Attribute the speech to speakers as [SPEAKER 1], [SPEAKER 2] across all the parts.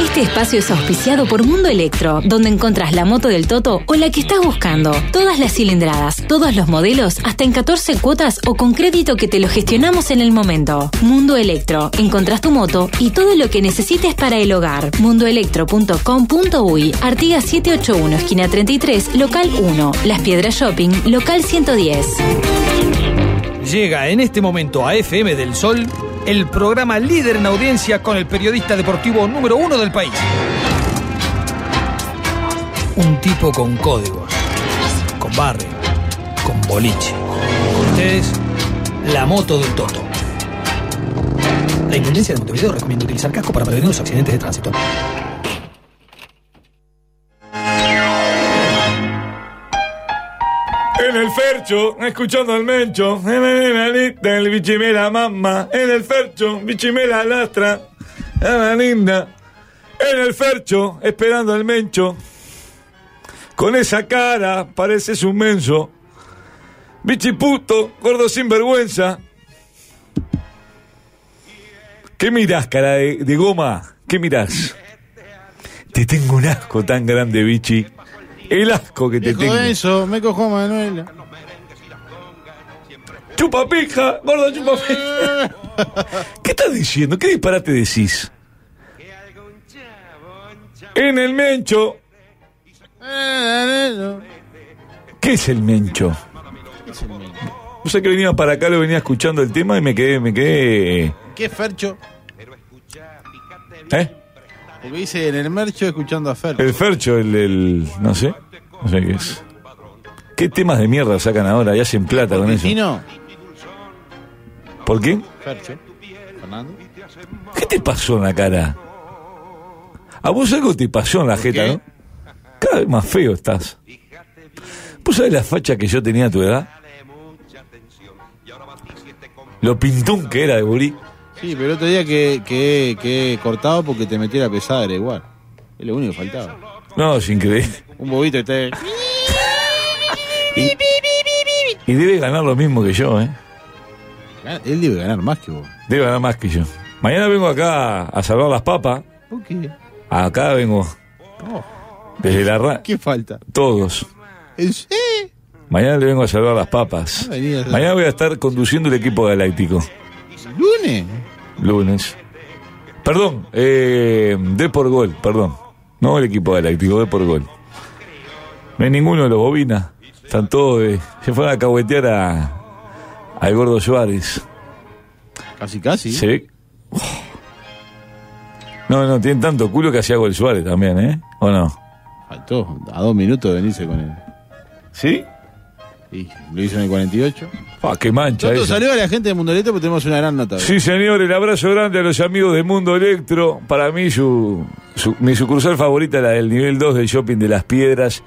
[SPEAKER 1] Este espacio es auspiciado por Mundo Electro, donde encontras la moto del Toto o la que estás buscando. Todas las cilindradas, todos los modelos, hasta en 14 cuotas o con crédito que te lo gestionamos en el momento. Mundo Electro, encontrás tu moto y todo lo que necesites para el hogar. Mundoelectro.com.uy, Artigas 781, esquina 33, local 1, Las Piedras Shopping, local 110.
[SPEAKER 2] Llega en este momento a FM del Sol el programa líder en audiencia con el periodista deportivo número uno del país. Un tipo con códigos, con barrio, con boliche. Con ustedes, la moto del Toto. La Intendencia de Montevideo recomienda utilizar casco para prevenir los accidentes de tránsito.
[SPEAKER 3] En el fercho, escuchando al mencho, en el analista, el bichimera mamá, en el fercho, bichimera lastra, en la linda, en el fercho, esperando al mencho, con esa cara, pareces un menso, bichiputo, gordo sin vergüenza. ¿Qué mirás, cara de, de goma? ¿Qué mirás? Te tengo un asco tan grande, bichi. El asco que te
[SPEAKER 4] Viejo
[SPEAKER 3] tengo.
[SPEAKER 4] denso, me cojo a Manuela.
[SPEAKER 3] Chupa pija, gordo chupa pija. ¿Qué estás diciendo? ¿Qué disparate decís? En el mencho.
[SPEAKER 4] Eh,
[SPEAKER 3] ¿Qué es el mencho? No sé que venía para acá, lo venía escuchando el tema y me quedé, me quedé.
[SPEAKER 4] ¿Qué Fercho?
[SPEAKER 3] ¿Eh?
[SPEAKER 4] Porque dice en el mercho escuchando a Fercho.
[SPEAKER 3] El Fercho, el, el- No sé. No sé qué es. ¿Qué temas de mierda sacan ahora y hacen plata con eso?
[SPEAKER 4] ¿Argentino?
[SPEAKER 3] ¿Por qué?
[SPEAKER 4] Fercho. Fernando.
[SPEAKER 3] ¿Qué te pasó en la cara? A vos algo te pasó en la jeta,
[SPEAKER 4] qué?
[SPEAKER 3] ¿no? Cada vez más feo estás. ¿Vos sabés la facha que yo tenía a tu edad? Lo pintón que era de Burí.
[SPEAKER 4] Sí, pero el otro día que, que, que he cortado porque te metí la pesada, era igual. Es lo único que faltaba.
[SPEAKER 3] No, es increíble.
[SPEAKER 4] Un bobito y te.
[SPEAKER 3] Y debe ganar lo mismo que yo, ¿eh?
[SPEAKER 4] Él debe ganar más que vos.
[SPEAKER 3] Debe ganar más que yo. Mañana vengo acá a salvar las papas.
[SPEAKER 4] ¿Por qué?
[SPEAKER 3] Acá vengo. Desde la ra...
[SPEAKER 4] ¿Qué falta?
[SPEAKER 3] Todos.
[SPEAKER 4] ¿En serio?
[SPEAKER 3] Mañana le vengo a salvar las papas.
[SPEAKER 4] Ah, venía a salvar.
[SPEAKER 3] Mañana voy a estar conduciendo el equipo galáctico.
[SPEAKER 4] ¿Lunes?
[SPEAKER 3] Lunes. Perdón, eh, D por gol, perdón. No el equipo galáctico, D por gol. No hay ninguno de los bobinas. Están todos de- Se fueron a cahuetear a. Al gordo Suárez.
[SPEAKER 4] Casi, casi.
[SPEAKER 3] Se ve. Uf. No, no, tienen tanto culo que hacía gol Suárez también, ¿eh? ¿O no?
[SPEAKER 4] Faltó a dos minutos de venirse con él.
[SPEAKER 3] ¿Sí?
[SPEAKER 4] Y lo hizo en el 48.
[SPEAKER 3] Ah, qué mancha
[SPEAKER 4] Toto,
[SPEAKER 3] esa.
[SPEAKER 4] saluda a la gente de Mundo Electro porque tenemos una gran nota.
[SPEAKER 3] Sí, señor, el abrazo grande a los amigos de Mundo Electro. Para mí, su, su- mi sucursal favorita, la del nivel 2 del shopping de las piedras.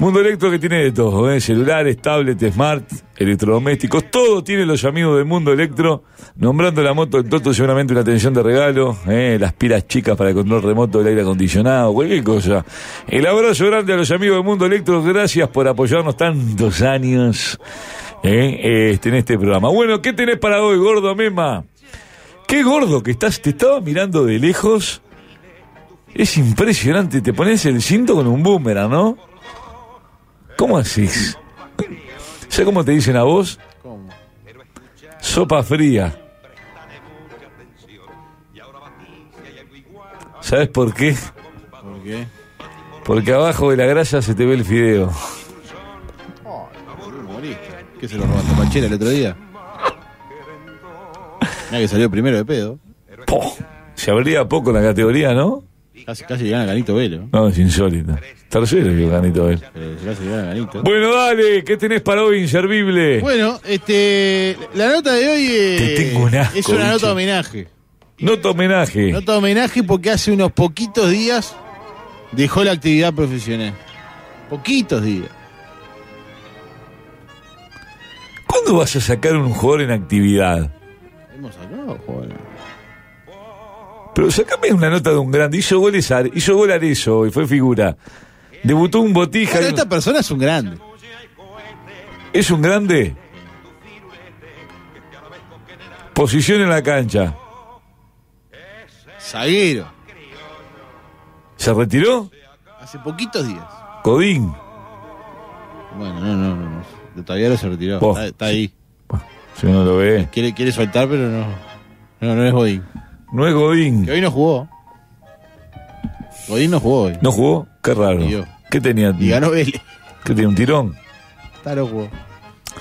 [SPEAKER 3] Mundo Electro que tiene de todo, ¿eh? celulares, tablets, smart, electrodomésticos, todo tiene los amigos de Mundo Electro. Nombrando la moto del Toto, seguramente una atención de regalo, ¿eh? las pilas chicas para el control remoto del aire acondicionado, cualquier cosa. El abrazo grande a los amigos de Mundo Electro, gracias por apoyarnos tantos años ¿eh? Este, en este programa. Bueno, ¿qué tenés para hoy, gordo Mema? Qué gordo que estás, te estaba mirando de lejos. Es impresionante, te pones el cinto con un boomerang, ¿no? ¿Cómo haces? ¿Sabes cómo te dicen a vos?
[SPEAKER 4] ¿Cómo?
[SPEAKER 3] Sopa fría. ¿Sabes por qué?
[SPEAKER 4] ¿Por qué?
[SPEAKER 3] Porque abajo de la grasa se te ve el fideo.
[SPEAKER 4] Humorista. ¿Qué se lo robó Tapachera el otro día? Mira que salió primero de pedo.
[SPEAKER 3] ¡Poh! Se abría poco la categoría, ¿no?
[SPEAKER 4] Casi, casi le gana Ganito Velo.
[SPEAKER 3] No, es insólito. Tercero que ganito él.
[SPEAKER 4] Pero casi le gana Ganito.
[SPEAKER 3] Bueno, dale, ¿qué tenés para hoy, inservible?
[SPEAKER 4] Bueno, este, la nota de hoy eh,
[SPEAKER 3] Te tengo un asco,
[SPEAKER 4] es una
[SPEAKER 3] bicho.
[SPEAKER 4] nota homenaje.
[SPEAKER 3] Nota homenaje.
[SPEAKER 4] Nota homenaje porque hace unos poquitos días dejó la actividad profesional. Poquitos días.
[SPEAKER 3] ¿Cuándo vas a sacar un jugador en actividad?
[SPEAKER 4] Hemos sacado, joder.
[SPEAKER 3] Pero sacame una nota de un grande. Hizo goles a, hizo gol a Arezzo y fue figura. Debutó un botija.
[SPEAKER 4] Bueno, esta persona es un grande.
[SPEAKER 3] ¿Es un grande? Posición en la cancha.
[SPEAKER 4] Zaguero.
[SPEAKER 3] ¿Se retiró?
[SPEAKER 4] Hace poquitos días.
[SPEAKER 3] Codín.
[SPEAKER 4] Bueno, no, no, no. no. Todavía no se retiró.
[SPEAKER 3] Vos.
[SPEAKER 4] Está, está ahí.
[SPEAKER 3] Si uno lo ve.
[SPEAKER 4] Quiere, quiere soltar, pero no. No, no es Godín.
[SPEAKER 3] No es Godín.
[SPEAKER 4] Que hoy no jugó. Godín no jugó hoy.
[SPEAKER 3] ¿No jugó? Qué raro.
[SPEAKER 4] Dios.
[SPEAKER 3] ¿Qué tenía?
[SPEAKER 4] Y ganó Vélez.
[SPEAKER 3] ¿Qué tenía? ¿Un tirón?
[SPEAKER 4] Está no jugó.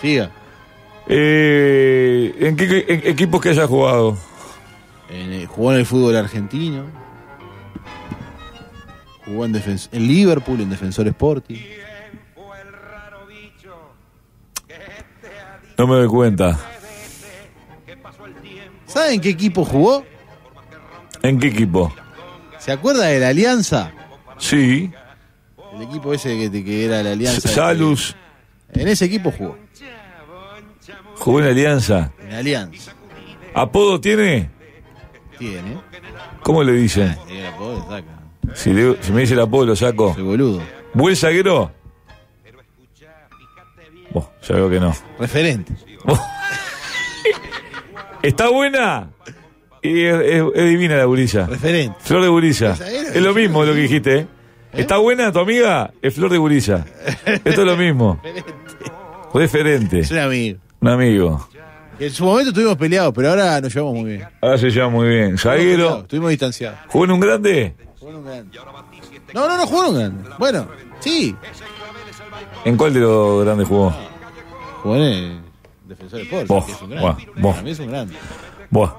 [SPEAKER 4] Siga.
[SPEAKER 3] Eh, ¿En qué qué- en equipos que haya jugado?
[SPEAKER 4] En el- jugó en el fútbol argentino. Jugó en, defens- en Liverpool, en Defensor Sporting.
[SPEAKER 3] No me doy cuenta.
[SPEAKER 4] ¿Saben qué equipo jugó?
[SPEAKER 3] ¿En qué equipo?
[SPEAKER 4] ¿Se acuerda de la Alianza?
[SPEAKER 3] Sí.
[SPEAKER 4] El equipo ese que, que era la Alianza.
[SPEAKER 3] Salus.
[SPEAKER 4] En ese equipo jugó.
[SPEAKER 3] Jugó en Alianza.
[SPEAKER 4] En Alianza.
[SPEAKER 3] ¿Apodo tiene?
[SPEAKER 4] Tiene.
[SPEAKER 3] ¿Cómo le dicen?
[SPEAKER 4] Ahí la pobre saca.
[SPEAKER 3] Si, le- si me dice el apodo, lo saco.
[SPEAKER 4] Soy boludo.
[SPEAKER 3] ¿Buen zaguero? Bo, ya veo que no.
[SPEAKER 4] Referente.
[SPEAKER 3] Bo. ¿Está buena? Y es, es- es divina la gurilla.
[SPEAKER 4] Referente.
[SPEAKER 3] Flor de gurilla.
[SPEAKER 4] zaguero,
[SPEAKER 3] Es lo mismo lo que dijiste, ¿eh? ¿Está buena tu amiga? Es flor de gurilla. Esto es lo mismo. Referente.
[SPEAKER 4] Es un amigo.
[SPEAKER 3] Un amigo.
[SPEAKER 4] En su momento estuvimos peleados, pero ahora nos llevamos muy bien.
[SPEAKER 3] Ahora se lleva muy bien.
[SPEAKER 4] Peleados,
[SPEAKER 3] Zaguero.
[SPEAKER 4] Estuvimos distanciados.
[SPEAKER 3] ¿Jugó en un grande?
[SPEAKER 4] Jugaron grande. No, no, no jugaron grande. Bueno, sí.
[SPEAKER 3] ¿En cuál de los grandes jugó?
[SPEAKER 4] Jugó en el Defensor Sporting.
[SPEAKER 3] Vos,
[SPEAKER 4] que es un
[SPEAKER 3] vos,
[SPEAKER 4] grande.
[SPEAKER 3] vos.
[SPEAKER 4] Para mí es un grande.
[SPEAKER 3] Buah.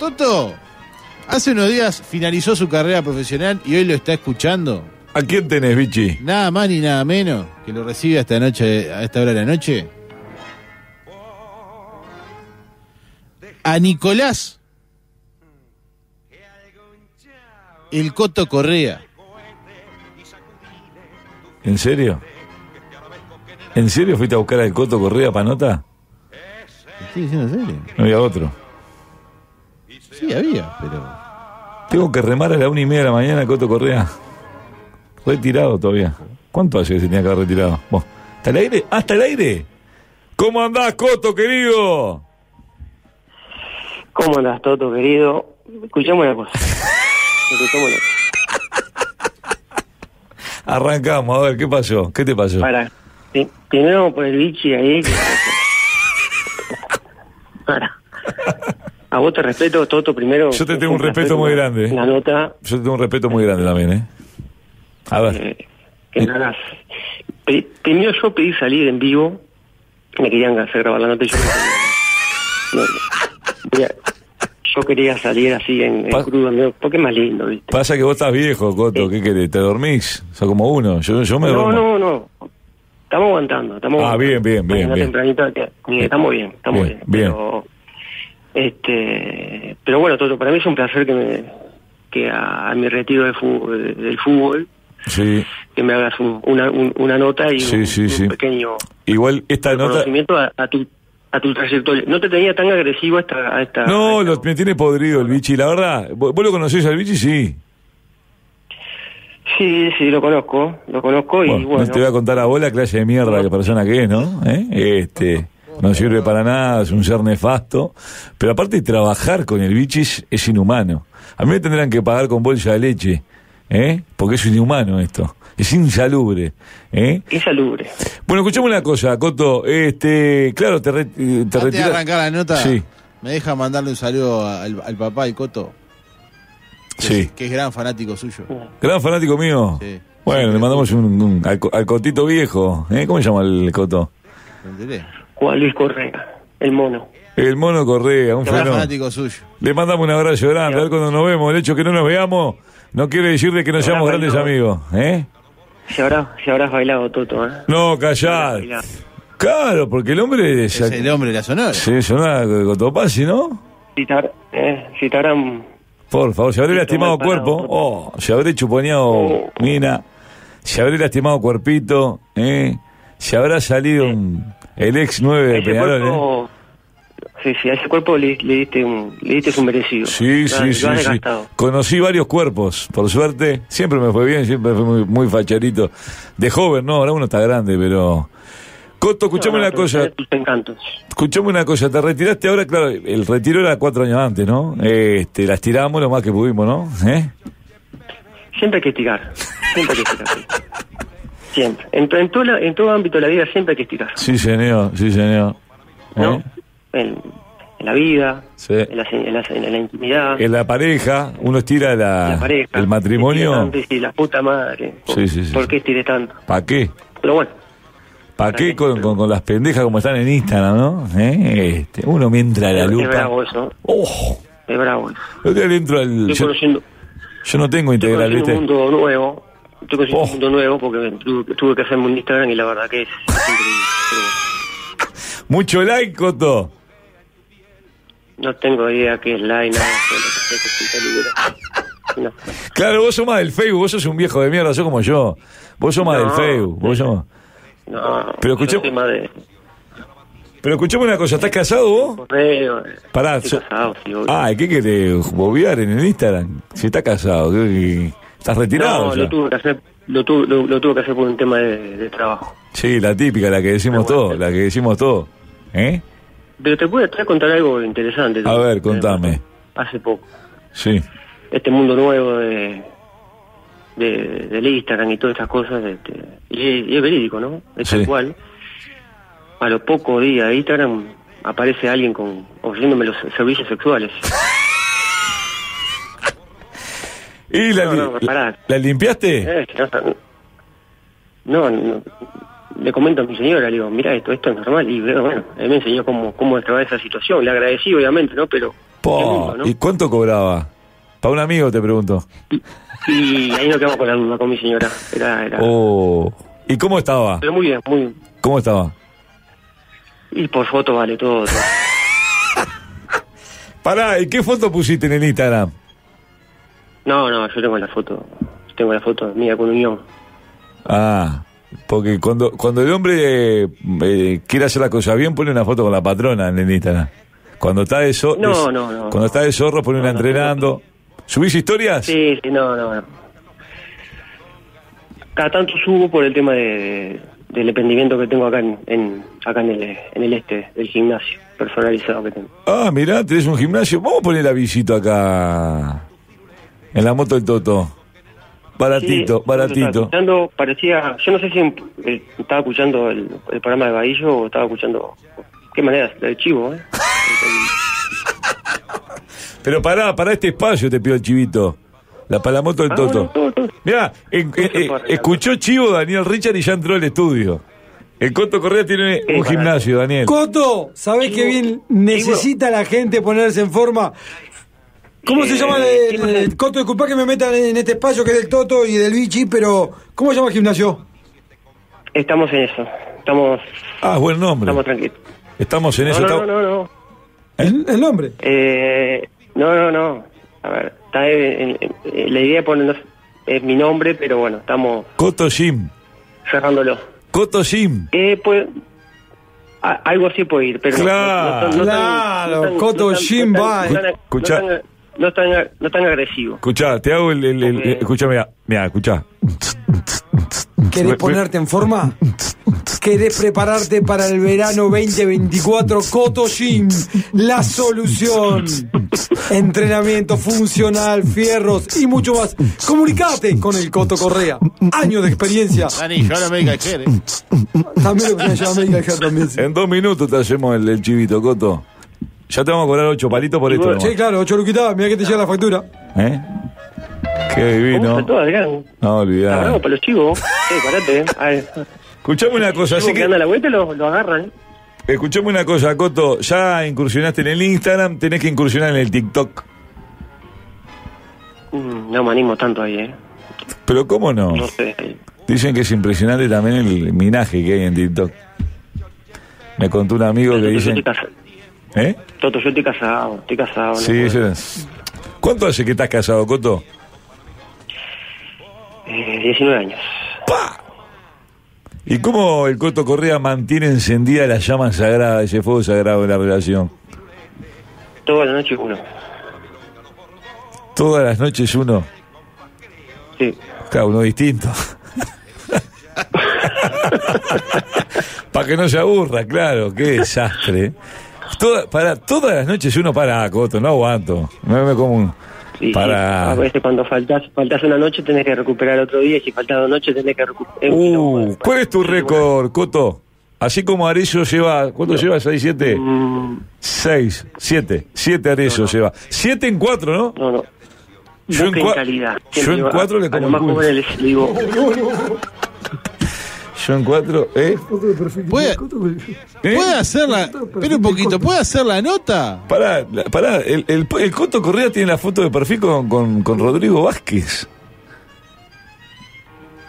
[SPEAKER 4] Toto, hace unos días finalizó su carrera profesional y hoy lo está escuchando.
[SPEAKER 3] ¿A quién tenés, Vichy?
[SPEAKER 4] Nada más ni nada menos que lo recibe esta noche, a esta hora de la noche. A Nicolás. El Coto Correa.
[SPEAKER 3] ¿En serio? ¿En serio fuiste a buscar al Coto Correa Panota?
[SPEAKER 4] ¿Te ¿Estoy diciendo en serio?
[SPEAKER 3] No había otro.
[SPEAKER 4] Sí, había, pero.
[SPEAKER 3] Tengo que remar a la una y media de la mañana, Coto Correa. Retirado todavía. ¿Cuánto hace que se tenía que haber retirado? Vos. ¿Hasta el aire? ¿Hasta el aire? ¿Cómo andás, Coto, querido?
[SPEAKER 5] ¿Cómo andás, Toto, querido? Escuchamos una cosa. Escuchamos una cosa.
[SPEAKER 3] Arrancamos, a ver, ¿qué pasó? ¿Qué te pasó?
[SPEAKER 5] Para. Pi- Primero vamos por el bichi ahí. que- Para. A vos te respeto, Toto, primero.
[SPEAKER 3] Yo te
[SPEAKER 5] Es
[SPEAKER 3] tengo un
[SPEAKER 5] placer
[SPEAKER 3] respeto muy
[SPEAKER 5] una-
[SPEAKER 3] grande, eh.
[SPEAKER 5] Una nota
[SPEAKER 3] Yo te tengo un respeto muy grande también, ¿eh? A ver,
[SPEAKER 5] eh, que me hagas. Pri- Primero yo pedí salir en vivo. Me querían hacer grabar la nota y yo no quería. No, mira, yo quería salir así en, en
[SPEAKER 3] Pa-
[SPEAKER 5] crudo, amigo, porque es más lindo, ¿viste?
[SPEAKER 3] pasa que vos estás viejo, Coto. ¿Qué querés? ¿Te dormís? O sea, como uno. Yo, yo me
[SPEAKER 5] No,
[SPEAKER 3] duermo.
[SPEAKER 5] no, no. Estamos aguantando. Estamos
[SPEAKER 3] Ah, bien, bien, bien,
[SPEAKER 5] Mañana
[SPEAKER 3] bien.
[SPEAKER 5] tempranito, que- que estamos bien, estamos
[SPEAKER 3] Bien,
[SPEAKER 5] bien.
[SPEAKER 3] bien.
[SPEAKER 5] Pero, este, pero bueno, Toto, para mí es un placer que me que a, a mi retiro de fu- de- del fútbol
[SPEAKER 3] Sí.
[SPEAKER 5] que me hagas un- una, un- una nota y
[SPEAKER 3] Sí,
[SPEAKER 5] un,
[SPEAKER 3] sí,
[SPEAKER 5] un
[SPEAKER 3] sí.
[SPEAKER 5] pequeño
[SPEAKER 3] Igual esta nota.
[SPEAKER 5] reconocimiento a, a tu a tu trayectoria. No te tenía tan agresivo a esta... A esta
[SPEAKER 3] No,
[SPEAKER 5] a esta-
[SPEAKER 3] lo- me tiene podrido el bichi, la verdad. ¿Vos vos lo conocés al bichi? Sí.
[SPEAKER 5] Sí, sí, lo conozco, lo conozco y
[SPEAKER 3] Bueno,
[SPEAKER 5] bueno...
[SPEAKER 3] no te voy a contar a vos la clase de mierda que persona que es, ¿no? ¿Eh? Este, no sirve para nada, es un ser nefasto. Pero aparte, trabajar con el bichi es, es inhumano. A mí me tendrán que pagar con bolsa de leche, ¿eh? Porque es inhumano esto. Es insalubre, ¿eh?
[SPEAKER 5] Insalubre.
[SPEAKER 3] Bueno, escuchame una cosa, Coto. Este, claro, te, re- eh, te
[SPEAKER 4] Antes de
[SPEAKER 3] retiras-
[SPEAKER 4] arrancar la nota,
[SPEAKER 3] Sí,
[SPEAKER 4] me deja mandarle un saludo al, al papá, el Coto, que,
[SPEAKER 3] sí.
[SPEAKER 4] es, que es gran fanático suyo.
[SPEAKER 3] Gran fanático mío.
[SPEAKER 4] Sí.
[SPEAKER 3] Bueno, le
[SPEAKER 4] Siempre-
[SPEAKER 3] mandamos un, un- al, co- al Cotito viejo. ¿eh? ¿Cómo se llama el Coto?
[SPEAKER 4] ¿Me enteré?
[SPEAKER 5] Juan Luis Correa, el mono.
[SPEAKER 3] El mono Correa, un
[SPEAKER 4] Gran
[SPEAKER 3] fenómeno.
[SPEAKER 4] fanático suyo.
[SPEAKER 3] Le mandamos un abrazo grande. A ver cuando nos vemos. El hecho de que no nos veamos no quiere decir de que no seamos
[SPEAKER 5] Abrazo,
[SPEAKER 3] grandes
[SPEAKER 5] no.
[SPEAKER 3] amigos. ¿eh?
[SPEAKER 5] Si habrás, si habrás bailado, Toto, ¿eh?
[SPEAKER 3] No, callad.
[SPEAKER 5] Mirá.
[SPEAKER 3] Claro, porque el hombre es,
[SPEAKER 4] Es el hombre de la Sonora.
[SPEAKER 3] se sonaba de Cotopaxi, ¿no?
[SPEAKER 5] Si te, habrá- eh, si te habrán...
[SPEAKER 3] Por favor, se habré
[SPEAKER 5] Sí,
[SPEAKER 3] lastimado
[SPEAKER 5] tomé parado,
[SPEAKER 3] cuerpo. Oh,
[SPEAKER 5] Coto.
[SPEAKER 3] se habré chuponeado
[SPEAKER 5] Oh.
[SPEAKER 3] mina. Se habré lastimado cuerpito. ¿eh? Se habrá salido un- el ex 9 de
[SPEAKER 5] ese
[SPEAKER 3] Peñarol. ¿eh?
[SPEAKER 5] cuerpo... Sí, sí, a ese cuerpo le, le diste un, le diste su merecido.
[SPEAKER 3] Sí,
[SPEAKER 5] Lo has-
[SPEAKER 3] sí, sí,
[SPEAKER 5] Lo has
[SPEAKER 3] sí.
[SPEAKER 5] desgastado.
[SPEAKER 3] Conocí varios cuerpos, por suerte. Siempre me fue bien, siempre fui muy, muy facherito. De joven, no, ahora uno está grande, pero... Coto, escuchame
[SPEAKER 5] No,
[SPEAKER 3] una
[SPEAKER 5] no,
[SPEAKER 3] cosa.
[SPEAKER 5] tenés Tus encantos.
[SPEAKER 3] Escuchame una cosa. Te retiraste ahora, claro, el
[SPEAKER 5] Mm.
[SPEAKER 3] retiro era cuatro años antes, ¿no? Este, las tiramos lo más que pudimos, ¿no? ¿Eh?
[SPEAKER 5] Siempre hay que estirar. Siempre hay que estirar. sí. Siempre. En, to- en todo, la- en todo ámbito de la vida siempre hay que estirar.
[SPEAKER 3] Sí, señor, sí, señor.
[SPEAKER 5] ¿No?
[SPEAKER 3] ¿Eh?
[SPEAKER 5] En, en la vida,
[SPEAKER 3] Sí.
[SPEAKER 5] en, la, en la- en la intimidad,
[SPEAKER 3] En la pareja, uno estira la,
[SPEAKER 5] en la pareja.
[SPEAKER 3] ah, el matrimonio.
[SPEAKER 5] Antes y la puta madre.
[SPEAKER 3] Sí, sí, sí.
[SPEAKER 5] ¿Por qué estiré tanto?
[SPEAKER 3] ¿Para qué?
[SPEAKER 5] Pero bueno,
[SPEAKER 3] ¿Para qué con, con- con las pendejas como están en Instagram, no? ¿Eh? Este, uno me entra a la
[SPEAKER 5] es
[SPEAKER 3] lupa.
[SPEAKER 5] bravo eso.
[SPEAKER 3] ¡Oh!
[SPEAKER 5] Es bravo eso.
[SPEAKER 3] Yo te entro al.
[SPEAKER 5] Estoy
[SPEAKER 3] Yo,
[SPEAKER 5] conociendo,
[SPEAKER 3] yo no tengo
[SPEAKER 5] estoy
[SPEAKER 3] integral,
[SPEAKER 5] conociendo
[SPEAKER 3] ¿viste?
[SPEAKER 5] un mundo nuevo. Estoy conociendo
[SPEAKER 3] Oh.
[SPEAKER 5] un mundo nuevo porque tuve, tuve que hacerme un Instagram y la verdad que es, es increíble. Pero bueno.
[SPEAKER 3] Mucho like, Coto.
[SPEAKER 5] No tengo idea qué es la y nada. sé lo que sé que estoy peligro. No.
[SPEAKER 3] Claro, vos sos más del Facebook, vos sos un viejo de mierda, sos como yo. Vos sos más
[SPEAKER 5] No.
[SPEAKER 3] del Facebook, vos sos más-
[SPEAKER 5] No,
[SPEAKER 3] Pero
[SPEAKER 5] yo
[SPEAKER 3] escuché-
[SPEAKER 5] soy más de
[SPEAKER 3] Pero escuchame una cosa, ¿estás casado vos?
[SPEAKER 5] correo. eh.
[SPEAKER 3] Pará, Ah,
[SPEAKER 5] Estoy
[SPEAKER 3] so-
[SPEAKER 5] casado, sí, obvio.
[SPEAKER 3] Ay, ¿qué querés? ¿Bobear en el Instagram? Si estás casado, ¿qué- qué- estás retirado.
[SPEAKER 5] no,
[SPEAKER 3] ya?
[SPEAKER 5] lo tuve que hacer, lo tuve, lo, lo tuve que hacer por un tema de, de trabajo.
[SPEAKER 3] Sí, la típica, la que decimos
[SPEAKER 5] Pero bueno.
[SPEAKER 3] todos, la que decimos todos. ¿Eh?
[SPEAKER 5] Pero te puedo te voy a contar algo interesante.
[SPEAKER 3] A ver, contame.
[SPEAKER 5] Hace poco.
[SPEAKER 3] Sí.
[SPEAKER 5] Este mundo nuevo de, de del Instagram y todas estas cosas. este, y, y es verídico, ¿no? Es
[SPEAKER 3] Sí.
[SPEAKER 5] tal cual. A los pocos días de Instagram aparece alguien con ofreciéndome los servicios sexuales.
[SPEAKER 3] ¿Y la,
[SPEAKER 5] No,
[SPEAKER 3] li-
[SPEAKER 5] no, pará.
[SPEAKER 3] la- la limpiaste?
[SPEAKER 5] Eh, No, no, le comento a mi señora, le digo, mira esto, esto es normal. Y bueno, bueno, él me enseñó cómo, cómo destrabar esa situación. Le agradecí, obviamente, ¿no? Pero...
[SPEAKER 3] Po,
[SPEAKER 5] es mundo, ¿no?
[SPEAKER 3] ¿Y cuánto cobraba? Para un amigo te pregunto.
[SPEAKER 5] Y ahí nos quedamos con la duda con mi señora. Era, era...
[SPEAKER 3] Oh. ¿Y cómo estaba?
[SPEAKER 5] Pero muy bien, muy bien.
[SPEAKER 3] ¿Cómo estaba?
[SPEAKER 5] Y por foto vale todo. todo.
[SPEAKER 3] Pará, ¿y qué foto pusiste en el Instagram?
[SPEAKER 5] No, no, yo tengo la foto. Tengo la foto mía con unión.
[SPEAKER 3] Ah, porque cuando, cuando el hombre eh, eh, quiere hacer las cosas bien, pone una foto con la patrona en el Instagram. Cuando está de, zo-
[SPEAKER 5] No,
[SPEAKER 3] de-
[SPEAKER 5] no, no.
[SPEAKER 3] Cuando está de zorro, pone una
[SPEAKER 5] No, no,
[SPEAKER 3] entrenando. ¿Subís historias?
[SPEAKER 5] Sí, sí, no, no. no. Cada tanto subo por el tema de, del emprendimiento que tengo acá en, en- acá en el, en el este, del gimnasio personalizado que tengo.
[SPEAKER 3] Ah, mirá, tenés un gimnasio. Vamos a poner la visita acá. En la moto del Toto. Baratito,
[SPEAKER 5] Sí, estaba
[SPEAKER 3] baratito.
[SPEAKER 5] escuchando, parecía, yo no sé si eh, estaba escuchando el, el programa de Bahillo o estaba escuchando. Qué manera, el chivo, ¿eh?
[SPEAKER 3] Pero pará, pará este espacio, te pido el chivito. La para la moto del
[SPEAKER 5] Ah,
[SPEAKER 3] Toto.
[SPEAKER 5] bueno, todo, todo.
[SPEAKER 3] Mirá, en-
[SPEAKER 5] se
[SPEAKER 3] eh, eh,
[SPEAKER 5] puede arreglar.
[SPEAKER 3] escuchó Chivo Daniel Richard y ya entró al estudio. El Coto Correa tiene un
[SPEAKER 5] barato.
[SPEAKER 3] gimnasio, Daniel.
[SPEAKER 6] Coto, ¿sabés qué bien necesita la gente ponerse en forma? ¿Cómo se
[SPEAKER 5] Eh,
[SPEAKER 6] llama el,
[SPEAKER 5] ¿quién
[SPEAKER 6] el- Coto? Disculpa que me metan en este espacio que es del Toto y del Bichi, pero ¿cómo se llama el gimnasio?
[SPEAKER 5] Estamos en eso. Estamos,
[SPEAKER 3] Ah, buen nombre.
[SPEAKER 5] estamos tranquilos.
[SPEAKER 3] Estamos en
[SPEAKER 5] No,
[SPEAKER 3] eso.
[SPEAKER 5] no,
[SPEAKER 3] estamos-
[SPEAKER 5] no, no, no.
[SPEAKER 6] El, el nombre.
[SPEAKER 5] Eh, no, no, no. A ver, está en- en- en- la idea de ponernos es mi nombre, pero bueno, estamos
[SPEAKER 3] Coto Jim.
[SPEAKER 5] cerrándolo.
[SPEAKER 3] Coto Jim.
[SPEAKER 5] Eh, pues, a- algo así puede ir, pero... no-
[SPEAKER 3] Claro.
[SPEAKER 5] no- no- no tan-
[SPEAKER 6] Claro,
[SPEAKER 5] no tan- no
[SPEAKER 6] Coto
[SPEAKER 5] tan- no
[SPEAKER 6] Jim
[SPEAKER 5] tan-
[SPEAKER 6] Bay.
[SPEAKER 5] no tan- no
[SPEAKER 3] Escuchá.
[SPEAKER 5] tan- No tan, no tan agresivo.
[SPEAKER 3] Escuchá, te hago el. el, el-
[SPEAKER 5] Ok.
[SPEAKER 3] eh, escuchá, mirá, mirá, escuchá.
[SPEAKER 6] ¿Querés ponerte en forma? ¿Querés prepararte para el verano 2024? Coto Gym, la solución. Entrenamiento funcional, fierros y mucho más. Comunicate con el Coto Correa. Años de experiencia.
[SPEAKER 4] Dani, yo ahora me diga que eres.
[SPEAKER 6] También lo que se llama América Head también. sí.
[SPEAKER 3] En dos minutos te hacemos el, el chivito, Coto. Ya te vamos a cobrar ocho palitos por
[SPEAKER 5] Y
[SPEAKER 3] esto.
[SPEAKER 5] bueno,
[SPEAKER 6] Sí,
[SPEAKER 3] nomás.
[SPEAKER 6] claro, ocho luquitas, mira que te llega la factura.
[SPEAKER 3] ¿Eh? Qué divino.
[SPEAKER 5] Vamos a todo, Adrián.
[SPEAKER 3] No
[SPEAKER 5] Agarramos
[SPEAKER 3] olvidar.
[SPEAKER 5] para los chivos. Sí, parate. eh. A ver,
[SPEAKER 3] Escuchame una cosa,
[SPEAKER 5] chivos
[SPEAKER 3] así
[SPEAKER 5] que
[SPEAKER 3] que.
[SPEAKER 5] anda a la vuelta lo, lo agarran.
[SPEAKER 3] Escuchame una cosa, Coto. Ya incursionaste en el Instagram, tenés que incursionar en el TikTok.
[SPEAKER 5] Mm, No me animo tanto ahí, ¿eh?
[SPEAKER 3] Pero ¿cómo no?
[SPEAKER 5] No sé.
[SPEAKER 3] Dicen que es impresionante también el minaje que hay en TikTok. Me contó un amigo que
[SPEAKER 5] Toto, yo
[SPEAKER 3] dicen...
[SPEAKER 5] estoy casado.
[SPEAKER 3] ¿Eh?
[SPEAKER 5] Toto, yo estoy casado. Estoy casado. no
[SPEAKER 3] Sí,
[SPEAKER 5] puedo.
[SPEAKER 3] eso es. ¿Cuánto hace que estás casado, Coto?
[SPEAKER 5] Eh, 19 años.
[SPEAKER 3] ¿Y cómo el Coto Correa mantiene encendida la llama sagrada, ese fuego sagrado de la relación?
[SPEAKER 5] Toda la noche uno.
[SPEAKER 3] Todas las noches uno,
[SPEAKER 5] Sí.
[SPEAKER 3] cada uno distinto. para que no se aburra, claro, qué desastre. Toda- para, todas las noches uno para, ah, Coto, no aguanto. No me como un-
[SPEAKER 5] Y
[SPEAKER 3] Para-
[SPEAKER 5] A veces cuando faltas, faltas una noche tenés que recuperar otro día y si faltas dos noches tenés que recuperar.
[SPEAKER 3] Uh, ¿Cuál es tu récord, Coto? Así como Arezzo lleva, ¿cuánto lleva? ¿6, 7?
[SPEAKER 5] Mm.
[SPEAKER 3] 6, 7. 7 Arezzo lleva. 7 en 4, ¿no?
[SPEAKER 5] No, no.
[SPEAKER 3] Yo en
[SPEAKER 5] Busquen
[SPEAKER 3] cua-
[SPEAKER 5] calidad.
[SPEAKER 3] yo
[SPEAKER 5] Siempre
[SPEAKER 3] en
[SPEAKER 5] digo, a-
[SPEAKER 3] cuatro le
[SPEAKER 5] A
[SPEAKER 3] como
[SPEAKER 5] los
[SPEAKER 3] el
[SPEAKER 5] más
[SPEAKER 3] culo.
[SPEAKER 5] jóvenes les digo,
[SPEAKER 3] Yo en 4, ¿eh?
[SPEAKER 4] ¿Puede,
[SPEAKER 3] ¿Eh?
[SPEAKER 4] puede hacer la. Pero un poquito, ¿puede hacer la nota?
[SPEAKER 3] Pará, la- pará, el, el- el Coto Correa tiene la foto de perfil con, con- con Rodrigo Vázquez.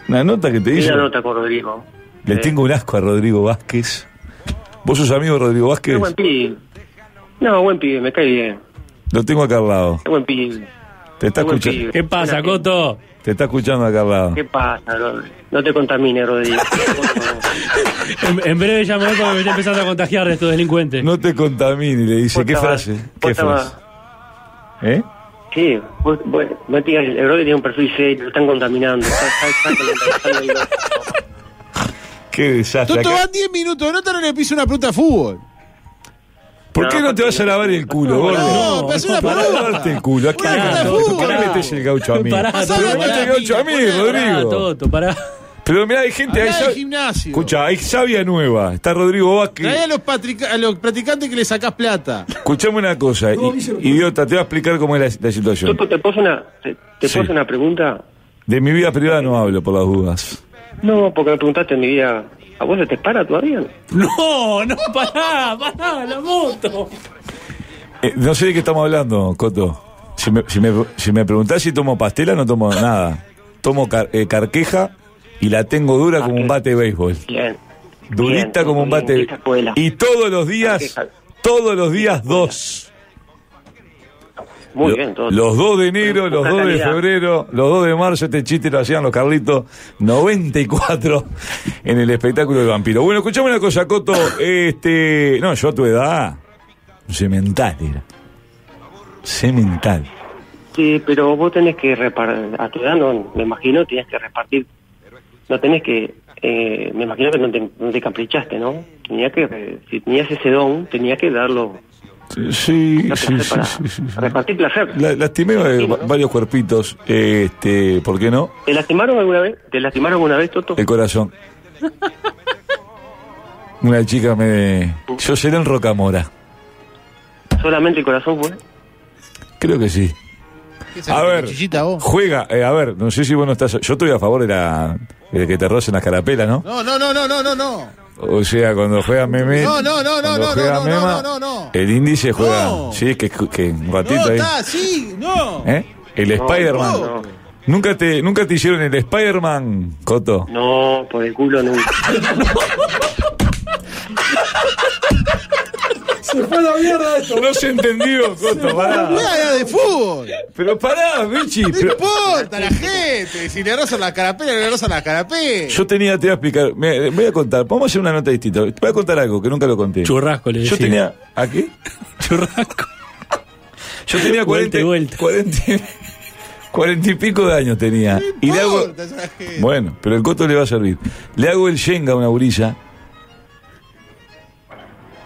[SPEAKER 3] Una nota que te
[SPEAKER 5] y
[SPEAKER 3] hizo.
[SPEAKER 5] la nota con Rodrigo.
[SPEAKER 3] Le tengo un asco a Rodrigo Vázquez. ¿Vos sos amigo de Rodrigo
[SPEAKER 5] Es
[SPEAKER 3] Vázquez?
[SPEAKER 5] buen pibe. No, buen pibe, me cae bien.
[SPEAKER 3] Lo tengo acá al lado.
[SPEAKER 5] Es buen pibe.
[SPEAKER 3] Te está,
[SPEAKER 5] Es buen
[SPEAKER 3] escucha-
[SPEAKER 5] pibe.
[SPEAKER 7] ¿Qué pasa,
[SPEAKER 5] Buena gente.
[SPEAKER 7] Coto?
[SPEAKER 3] te está escuchando acá al lado.
[SPEAKER 5] ¿Qué pasa, Rodrigo? No te contamines, Rodrigo.
[SPEAKER 7] En, en breve ya me voy porque me estoy empezando a contagiar de estos delincuentes.
[SPEAKER 3] No te contamine, le dice. ¿Qué
[SPEAKER 5] Vos estabas-
[SPEAKER 3] frase?
[SPEAKER 5] vos
[SPEAKER 3] ¿Qué
[SPEAKER 5] estabas-
[SPEAKER 3] frase? ¿Eh?
[SPEAKER 5] Sí, vos, vos, vos digas, el Rodrigo tiene un perfil serio, lo están contaminando. Está, está, está contaminando.
[SPEAKER 3] Qué desastre.
[SPEAKER 4] Toto
[SPEAKER 3] acá.
[SPEAKER 4] van 10 minutos de nota, no le piso una pelota de fútbol.
[SPEAKER 3] ¿Por qué no te vas a lavar el culo,
[SPEAKER 7] No,
[SPEAKER 3] gordo?
[SPEAKER 4] No, me hace una
[SPEAKER 3] Para
[SPEAKER 4] pregunta.
[SPEAKER 3] lavarte el culo. ¿A quién
[SPEAKER 4] Pará,
[SPEAKER 3] le metes-
[SPEAKER 4] Toto,
[SPEAKER 3] ¿Por qué le
[SPEAKER 4] pará.
[SPEAKER 3] metes el gaucho a mí?
[SPEAKER 7] Pará,
[SPEAKER 4] Pasame
[SPEAKER 3] Pero
[SPEAKER 4] la
[SPEAKER 3] le metes el
[SPEAKER 4] lámina,
[SPEAKER 3] gaucho a mí,
[SPEAKER 4] ponela,
[SPEAKER 7] Pará,
[SPEAKER 3] Rodrigo.
[SPEAKER 7] Toto, pará.
[SPEAKER 3] Pero mirá, hay gente... ahí
[SPEAKER 4] Hablá de
[SPEAKER 3] sabe-
[SPEAKER 4] gimnasio.
[SPEAKER 3] Escucha, hay sabia nueva. Está Rodrigo
[SPEAKER 4] Trae a
[SPEAKER 3] Vázquez.
[SPEAKER 4] los, patrica- a los practicantes que le sacás plata.
[SPEAKER 3] Escuchame una cosa,
[SPEAKER 6] No,
[SPEAKER 3] i-
[SPEAKER 6] dice lo que-
[SPEAKER 3] idiota, te voy a explicar cómo es la, la situación.
[SPEAKER 5] Toto, ¿Te puedo hacer una, te, te
[SPEAKER 3] Sí.
[SPEAKER 5] puedo hacer una pregunta?
[SPEAKER 3] De mi vida privada no hablo, por las dudas.
[SPEAKER 5] No, porque me preguntaste en mi vida, ¿a vos se te para todavía?
[SPEAKER 7] No, no, pará, pará, la moto.
[SPEAKER 3] Eh, no sé de qué estamos hablando, Coto. Si me, si me- si me preguntás si tomo pastela, no tomo nada. Tomo car- eh, carqueja y la tengo dura como un bate de béisbol.
[SPEAKER 5] Bien.
[SPEAKER 3] Durita
[SPEAKER 5] Bien,
[SPEAKER 3] como un
[SPEAKER 5] bien,
[SPEAKER 3] bate de
[SPEAKER 5] esa escuela.
[SPEAKER 3] Y todos los días,
[SPEAKER 5] Carqueja.
[SPEAKER 3] todos los días dos.
[SPEAKER 5] Muy
[SPEAKER 3] Lo-
[SPEAKER 5] bien, Toto.
[SPEAKER 3] Los dos de enero, los
[SPEAKER 5] Poca
[SPEAKER 3] dos de
[SPEAKER 5] calidad.
[SPEAKER 3] febrero, los dos de marzo, este chiste lo hacían los Carlitos 94 en el espectáculo del vampiro. Bueno, escuchame una cosa, Coto. Este, no, yo a tu edad, semental era. Semental.
[SPEAKER 5] Sí, pero vos tenés que repartir, a tu edad no, me imagino, tenías que repartir, no tenés que, eh, me imagino que no te, no te caprichaste, ¿no? Tenía que, eh, si tenías ese don, tenías que darlo,
[SPEAKER 3] Sí,
[SPEAKER 5] lo que
[SPEAKER 3] sí,
[SPEAKER 5] hacer
[SPEAKER 3] sí,
[SPEAKER 5] para
[SPEAKER 3] sí, sí, sí.
[SPEAKER 5] repartir placer.
[SPEAKER 3] La- lastimé eh, va- varios cuerpitos, este, ¿por qué no?
[SPEAKER 5] ¿Te lastimaron alguna vez? ¿Te lastimaron alguna vez, Toto?
[SPEAKER 3] El corazón. Una chica me... Yo seré en Rocamora,
[SPEAKER 5] ¿Solamente el corazón fue?
[SPEAKER 3] creo que sí. A ver,
[SPEAKER 4] Cuchillita, vos.
[SPEAKER 3] juega, eh, a ver, no sé si vos no estás... Yo estoy a favor de, la, de que te rocen las carapelas, ¿no?
[SPEAKER 4] No, no, no, no, no, no, no.
[SPEAKER 3] O sea, cuando juega Meme...
[SPEAKER 4] No, no, no, no,
[SPEAKER 3] cuando
[SPEAKER 4] no,
[SPEAKER 3] juega
[SPEAKER 4] no, no,
[SPEAKER 3] Mema,
[SPEAKER 4] no, no, no.
[SPEAKER 3] El índice juega...
[SPEAKER 4] No.
[SPEAKER 3] Sí, que, que un ratito
[SPEAKER 4] No,
[SPEAKER 3] ahí...
[SPEAKER 4] está, sí, no.
[SPEAKER 3] ¿Eh? El Spider-Man.
[SPEAKER 5] No,
[SPEAKER 3] ¿Nunca te, ¿Nunca te hicieron el Spider-Man, Coto?
[SPEAKER 5] no, por el culo nunca.
[SPEAKER 6] Se fue a la mierda esto.
[SPEAKER 3] No se entendió, Coto, pará.
[SPEAKER 4] Voy a hablar de fútbol.
[SPEAKER 3] Pero pará, Bichi.
[SPEAKER 4] No
[SPEAKER 3] pero-
[SPEAKER 4] importa la gente. Si le rozan las carapelas, le rozan las carapelas.
[SPEAKER 3] Yo tenía, te voy a explicar, me, voy a contar, vamos a hacer una nota distinta. Te voy a contar algo que nunca lo conté.
[SPEAKER 7] Churrasco le
[SPEAKER 3] Yo
[SPEAKER 7] decía.
[SPEAKER 3] tenía, ¿a qué?
[SPEAKER 7] Churrasco.
[SPEAKER 3] Yo tenía 40,
[SPEAKER 7] Vuelta y vuelta.
[SPEAKER 3] 40, 40 y pico de años tenía. Y le hago,
[SPEAKER 4] Importa esa gente.
[SPEAKER 3] bueno, pero el coto le va a servir. Le hago el yenga a una gurisa.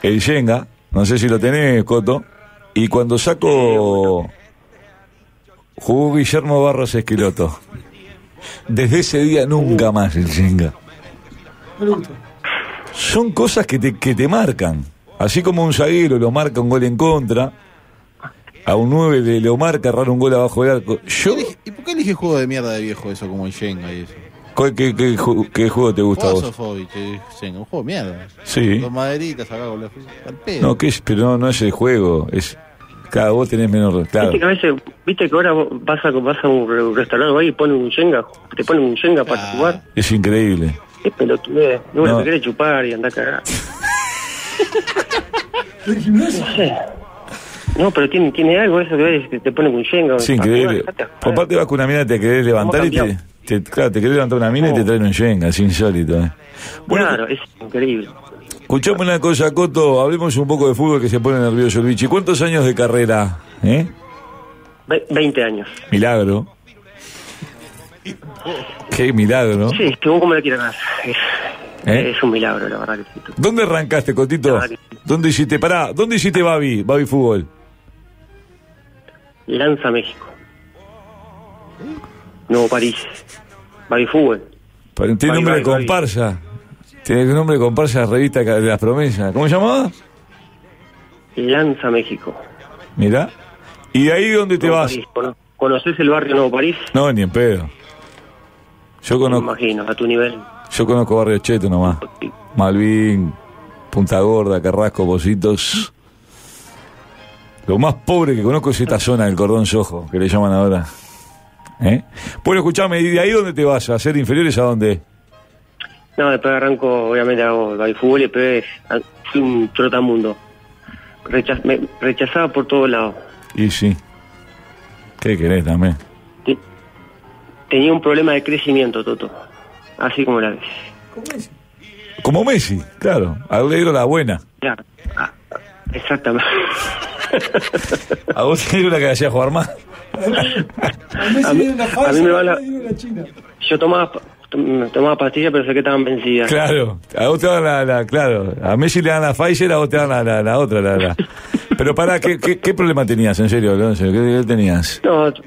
[SPEAKER 3] El yenga, no sé si lo tenés, coto. Y cuando saco. Jugó Guillermo Barros Esquiloto. Desde ese día nunca más el yenga. Son cosas que te, que te marcan. Así como un zaguero lo marca un gol en contra, a un 9 le lo marca errar un gol abajo del arco. Yo,
[SPEAKER 4] ¿Y por qué elige juego de mierda de viejo eso como el Shenga y eso?
[SPEAKER 3] ¿Cuál- ¿Qué, qué ju- qué juego te gusta a
[SPEAKER 4] Juego
[SPEAKER 3] vos?
[SPEAKER 4] Sofovich, eh, Shenga, un juego de mierda.
[SPEAKER 3] Sí.
[SPEAKER 4] Dos maderitas acá con la al pedo.
[SPEAKER 3] No, que es, pero no, no es el juego. Es, cada vos tenés menor. Claro.
[SPEAKER 5] Viste que a veces, viste que ahora vos vas a, vas a un re- restaurante ahí y ponen un yenga, te ponen un yenga para
[SPEAKER 4] Claro.
[SPEAKER 5] jugar.
[SPEAKER 3] Es increíble.
[SPEAKER 5] Qué pelotudez. No,
[SPEAKER 3] No.
[SPEAKER 5] no. querés chupar y andar a cagar. No sé. No, pero tiene, tiene algo eso que ves, que te ponen un yenga.
[SPEAKER 3] Es increíble. Por parte vas con una mina, te querés levantar y te, te- claro, te querés levantar una mina y te traen un yenga. Es insólito. eh. Bueno,
[SPEAKER 5] Claro, es increíble.
[SPEAKER 3] escuchame una cosa, Coto. Hablemos un poco de fútbol que se pone nervioso el bichi. ¿Cuántos años de carrera? ¿Eh?
[SPEAKER 5] Ve- 20 años.
[SPEAKER 3] Milagro. Qué milagro.
[SPEAKER 5] Sí, según como lo quieras. Es,
[SPEAKER 3] Oh. ¿Eh?
[SPEAKER 5] es un milagro, la verdad que sí.
[SPEAKER 3] ¿Dónde arrancaste, Cotito?
[SPEAKER 5] La verdad que sí.
[SPEAKER 3] ¿Dónde hiciste? Pará, ¿dónde hiciste Babi? Babi Fútbol.
[SPEAKER 5] Lanza México. Nuevo París. París Fútbol.
[SPEAKER 3] Pero tiene
[SPEAKER 5] Bye,
[SPEAKER 3] nombre de
[SPEAKER 5] bye, bye.
[SPEAKER 3] comparsa. Tiene nombre de comparsa de revista de las promesas. ¿Cómo se llamaba?
[SPEAKER 5] Lanza México.
[SPEAKER 3] Mirá. ¿Y de ahí dónde te
[SPEAKER 5] Nuevo
[SPEAKER 3] vas?
[SPEAKER 5] París. Cono- ¿Conoces el barrio Nuevo París?
[SPEAKER 3] No, ni en pedo. Yo
[SPEAKER 5] Me
[SPEAKER 3] conozco,
[SPEAKER 5] imagino, a tu nivel.
[SPEAKER 3] yo conozco Barrio Cheto nomás. Malvin, Punta Gorda, Carrasco, Positos. Lo más pobre que conozco es esta zona del cordón sojo, que le llaman ahora. ¿Eh? Bueno, escuchame, ¿y de ahí dónde te vas? ¿A ser inferiores a dónde?
[SPEAKER 5] No, después arranco, obviamente hago el fútbol y después ah, fui un trotamundo. Rechaz- me rechazaba por todos lados.
[SPEAKER 3] Y sí. ¿Qué querés también?
[SPEAKER 5] Te- tenía un problema de crecimiento, Toto. Así como la ves.
[SPEAKER 6] ¿Cómo es?
[SPEAKER 3] Como Messi, claro. Alegro la buena.
[SPEAKER 5] Ya. Ah, exactamente.
[SPEAKER 3] A vos te digo la que hacía jugar más.
[SPEAKER 6] A mí,
[SPEAKER 5] A
[SPEAKER 6] se
[SPEAKER 5] mí-
[SPEAKER 6] me dio una falsa,
[SPEAKER 5] a mí me va
[SPEAKER 6] no
[SPEAKER 5] la-
[SPEAKER 6] me dio una china.
[SPEAKER 5] Yo tomaba, pa- tom- tomaba pastillas, pero sé que estaban vencidas.
[SPEAKER 3] Claro. A vos te dan la, la- Claro. A Messi le dan la Pfizer, a vos te dan la, la- la otra. La, la. Pero pará, ¿qué, qué, qué problema tenías, en serio, Alonso? ¿Qué, qué tenías?
[SPEAKER 5] No, ot-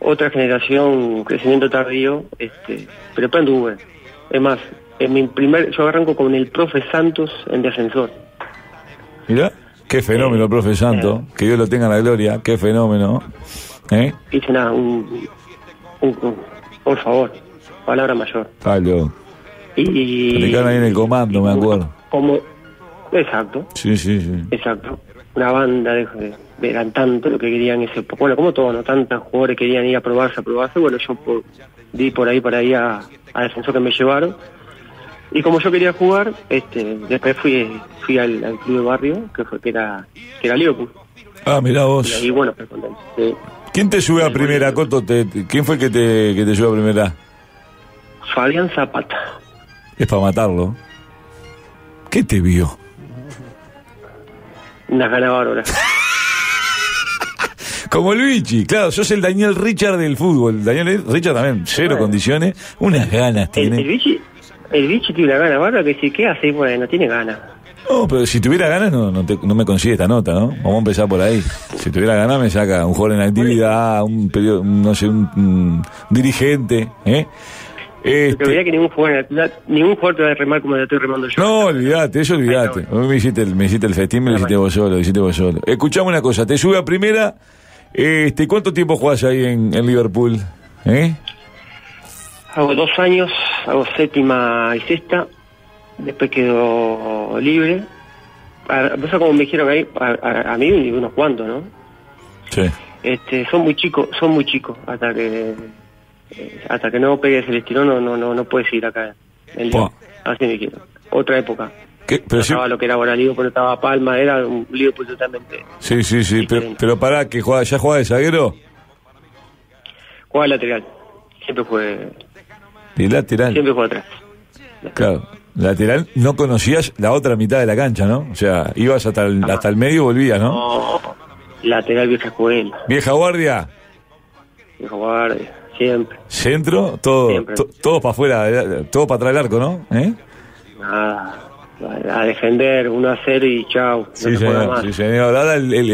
[SPEAKER 5] otra generación, un crecimiento tardío, este, pero después anduve. Es más, en mi primer, yo arranco con el profe Santos en de ascensor.
[SPEAKER 3] Mirá. Qué
[SPEAKER 5] Eh,
[SPEAKER 3] fenómeno, profe Santo. Que Dios lo tenga en la gloria. Qué fenómeno. ¿Eh?
[SPEAKER 5] Hice nada, un, un- un- por favor, palabra mayor.
[SPEAKER 3] Aló.
[SPEAKER 5] Y,
[SPEAKER 3] Te quedaron ahí en el comando, me acuerdo.
[SPEAKER 5] Como, exacto,
[SPEAKER 3] Sí, sí, sí.
[SPEAKER 5] exacto. Una banda de, de- eran tanto lo que querían ese bueno como todo, no tantos jugadores querían ir a probarse, a probarse, bueno yo por- di por ahí para ahí a, a defensor que me llevaron. Y como yo quería jugar, este, después fui fui al, al club de barrio, que fue que era, que era Liverpool.
[SPEAKER 3] Ah, mirá
[SPEAKER 5] Y
[SPEAKER 3] vos.
[SPEAKER 5] ahí bueno, pues, contento. Sí.
[SPEAKER 3] ¿Quién te sube a primera, Coto? Te- te- ¿Quién fue el que te, que te sube a primera?
[SPEAKER 5] Fabián Zapata,
[SPEAKER 3] Es para matarlo. ¿Qué te vio?
[SPEAKER 5] unas ganas bárbaras.
[SPEAKER 3] Como Luigi, claro, sos el Daniel Richard del fútbol. Daniel Richard también, cero condiciones, unas ganas
[SPEAKER 5] El, el
[SPEAKER 3] tiene.
[SPEAKER 5] bichi, el bichi tiene una gana bárbara que si ¿qué hace? Bueno, tiene ganas.
[SPEAKER 3] No, pero si tuviera ganas no, no, te- no me consigue esta nota, ¿no? Vamos a empezar por ahí. Si tuviera ganas me saca un jugador en actividad, un, periodo- un, no sé, un, un dirigente, ¿eh?
[SPEAKER 5] Porque la verdad
[SPEAKER 3] Este,
[SPEAKER 5] que ningún jugador, la- ningún jugador te va a remar como lo estoy remando yo.
[SPEAKER 3] no, olvídate, eso olvídate. A mí Me hiciste, el, me hiciste el festín, me
[SPEAKER 5] Ah,
[SPEAKER 3] lo hiciste vos solo, lo hiciste vos solo. Escuchame una cosa, te sube a primera, este, ¿cuánto tiempo jugás ahí en, en Liverpool? ¿Eh?
[SPEAKER 5] Hago dos años, hago séptima y sexta, después quedo libre. A- O sea, como me dijeron ahí, a, a- a mí y unos cuantos, ¿no?
[SPEAKER 3] Sí.
[SPEAKER 5] Este, son muy chicos, son muy chicos, hasta que eh, hasta que no pegues el estirón no no no, no puedes ir acá. en Liga.
[SPEAKER 3] Buah.
[SPEAKER 5] Así me dijeron. Otra época.
[SPEAKER 3] ¿Qué? Pero sí-
[SPEAKER 5] Estaba lo que era ahora Liverpool, estaba Palma, era un Liverpool totalmente.
[SPEAKER 3] Sí, sí, sí, pero,
[SPEAKER 5] Diferente.
[SPEAKER 3] pero pará, que juega, ya juega de zaguero
[SPEAKER 5] Jugaba lateral. Siempre jugué,
[SPEAKER 3] y lateral.
[SPEAKER 5] siempre jugué atrás.
[SPEAKER 3] Claro, lateral no conocías la otra mitad de la cancha, ¿no? O sea, ibas hasta el, hasta el medio y volvías, ¿no?
[SPEAKER 5] No, lateral vieja escuela.
[SPEAKER 3] Vieja guardia,
[SPEAKER 5] Viejo guardia, siempre.
[SPEAKER 3] centro, todo,
[SPEAKER 5] Siempre.
[SPEAKER 3] to- todo para afuera, eh, todo para atrás del arco, ¿no? ¿Eh?
[SPEAKER 5] Nada. Ah, A defender, 1 a 0 y chao.
[SPEAKER 3] Sí,
[SPEAKER 5] no se juega
[SPEAKER 3] señor,
[SPEAKER 5] más.
[SPEAKER 3] sí, señor. Ahora el- el-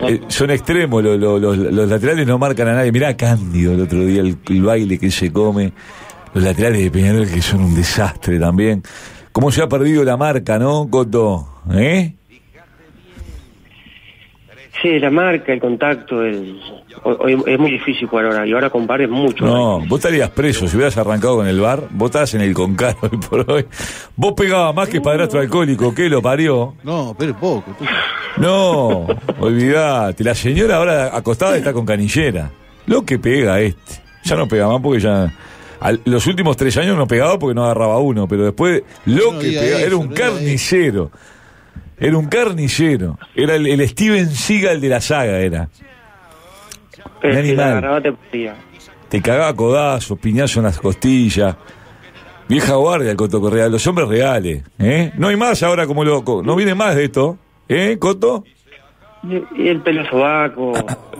[SPEAKER 3] eh, son extremos, lo- lo- los, los laterales no marcan a nadie. Mirá a Cándido el otro día, el, el baile que se come. Los laterales de Peñarol que son un desastre también. ¿Cómo se ha perdido la marca, no, Coto? ¿Eh?
[SPEAKER 5] Sí, la marca, el contacto, el... hoy- hoy es muy difícil jugar ahora. Y ahora con VAR es mucho. ¿eh?
[SPEAKER 3] No, vos estarías preso si hubieras arrancado con el bar. Vos estás en el Concar hoy por hoy. Vos pegabas más que padrastro alcohólico, que lo parió.
[SPEAKER 4] No, pero poco. tú.
[SPEAKER 3] No, olvidate. La señora ahora acostada está con canillera. Lo que pega este. Ya no pega más porque ya. al- los últimos tres años no pegaba porque no agarraba uno, pero después lo
[SPEAKER 4] No
[SPEAKER 3] que
[SPEAKER 4] diga
[SPEAKER 3] pegaba
[SPEAKER 4] eso,
[SPEAKER 3] era un
[SPEAKER 4] no diga
[SPEAKER 3] carnicero. Era un carnicero. Era el, el Steven Seagal de la saga, era.
[SPEAKER 5] Pero
[SPEAKER 3] un
[SPEAKER 5] si la
[SPEAKER 3] animal.
[SPEAKER 5] agarraba te podía.
[SPEAKER 3] Te cagaba a codazos, piñazo en las costillas. Vieja guardia el Coto Correa, los hombres reales. ¿eh? No hay más ahora como loco. No viene más de esto. ¿Eh, Coto?
[SPEAKER 5] Y el pelo sobaco.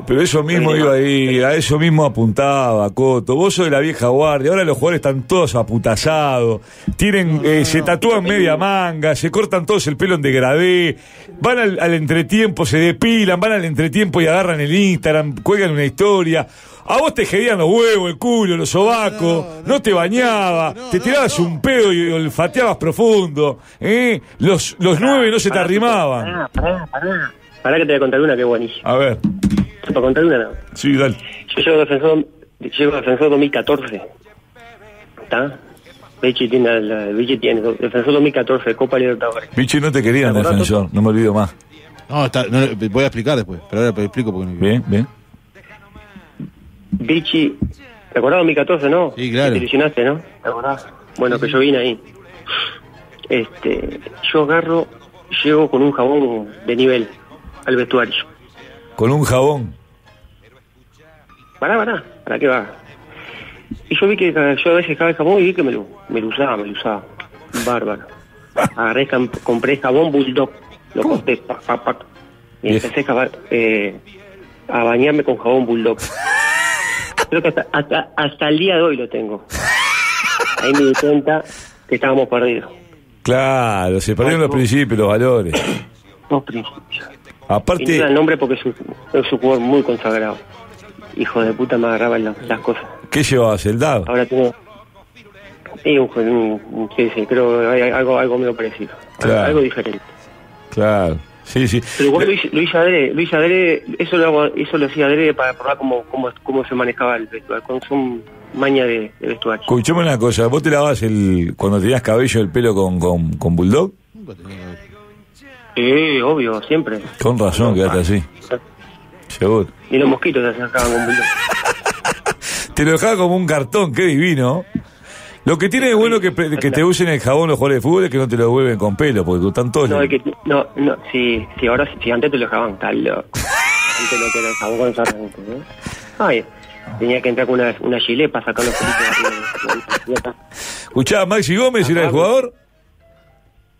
[SPEAKER 3] Pero eso mismo
[SPEAKER 5] Bueno,
[SPEAKER 3] iba ahí, a eso mismo apuntaba, Coto. Vos sos de la vieja guardia, ahora los jugadores están todos aputazados, tienen, eh, se tatúan media manga, se cortan todos el pelo en degradé, van al, al entretiempo, se depilan, van al entretiempo y agarran el Instagram, cuelgan una historia. A vos te gedían los huevos, el culo, los sobacos, no, te bañabas, te tirabas un pedo y olfateabas profundo, ¿eh? los, los nueve no se te arrimaban.
[SPEAKER 5] Pará, pará, pará. Pará que te voy a contar una que es buenísima.
[SPEAKER 3] A ver,
[SPEAKER 5] Para contar una, no.
[SPEAKER 3] sí, dale.
[SPEAKER 5] Yo llego a defensor, llego a defensor 2014. ¿Está? Vichy tiene, la- Vichy tiene defensor 2014, Copa Libertadores.
[SPEAKER 3] Vichy no te querían
[SPEAKER 5] ¿Te acordás,
[SPEAKER 3] defensor, no me olvido más.
[SPEAKER 4] No, está, no, voy a explicar después, pero ahora explico porque no
[SPEAKER 3] Bien, bien.
[SPEAKER 5] Vichy, ¿te acordás 2014, no?
[SPEAKER 4] Sí, claro.
[SPEAKER 5] Que Te lesionaste, ¿no? ¿Te acordás? Bueno, que yo vine ahí. Este, yo agarro, llego con un jabón de nivel al vestuario.
[SPEAKER 3] Con un jabón.
[SPEAKER 5] Pará, pará, ¿para qué va? Y yo vi que ca- yo a veces dejaba el jabón y vi que me lo, me lo usaba, me lo usaba. Bárbaro. Agarré, cam- compré jabón bulldog, lo corté, pac, pac, pac. Y
[SPEAKER 3] Bien.
[SPEAKER 5] empecé a, cava- eh, a bañarme con jabón bulldog. Creo que hasta, hasta, hasta el día de hoy lo tengo. Ahí me di cuenta que estábamos perdidos.
[SPEAKER 3] Claro, se perdieron los principios, los valores.
[SPEAKER 5] Dos principios. Y no
[SPEAKER 3] Aparte,
[SPEAKER 5] era el nombre porque es un, es un jugador muy consagrado. Hijo de puta me agarraban las- las cosas.
[SPEAKER 3] ¿qué llevabas? ¿El DAB?
[SPEAKER 5] Ahora tengo. Sí, un, un- un- sí, sí, creo hay algo, algo medio parecido.
[SPEAKER 3] Claro.
[SPEAKER 5] Algo diferente.
[SPEAKER 3] Claro. Sí, sí.
[SPEAKER 5] Pero igual lo hice, lo hice adrede, lo hice adrede, eso lo, hago, eso lo hacía adrede para probar cómo, cómo, cómo se manejaba el vestuario, con su maña de, de vestuario.
[SPEAKER 3] Escuchame una cosa, ¿vos te lavabas el, cuando tenías cabello el pelo con, con, con Bulldog?
[SPEAKER 5] Sí, obvio, siempre.
[SPEAKER 3] Con razón quedaste así, seguro.
[SPEAKER 5] Ni los mosquitos se acercaban con bulldog.
[SPEAKER 3] Te lo dejaba como un cartón, qué divino. Lo que tiene de bueno que, pre- que te usen el jabón los jugadores de fútbol es que no te lo devuelven con pelo, porque están todos...
[SPEAKER 5] No, es que, no, no, sí, sí, ahora sí, antes te lo dejaban, tal loco. Antes lo que lo dejaban con esa gente, ¿no? Ay, tenía que entrar con una, una gilet para sacar los pelitos de arriba de la camiseta.
[SPEAKER 3] Escuchá, Maxi Gómez era el jugador,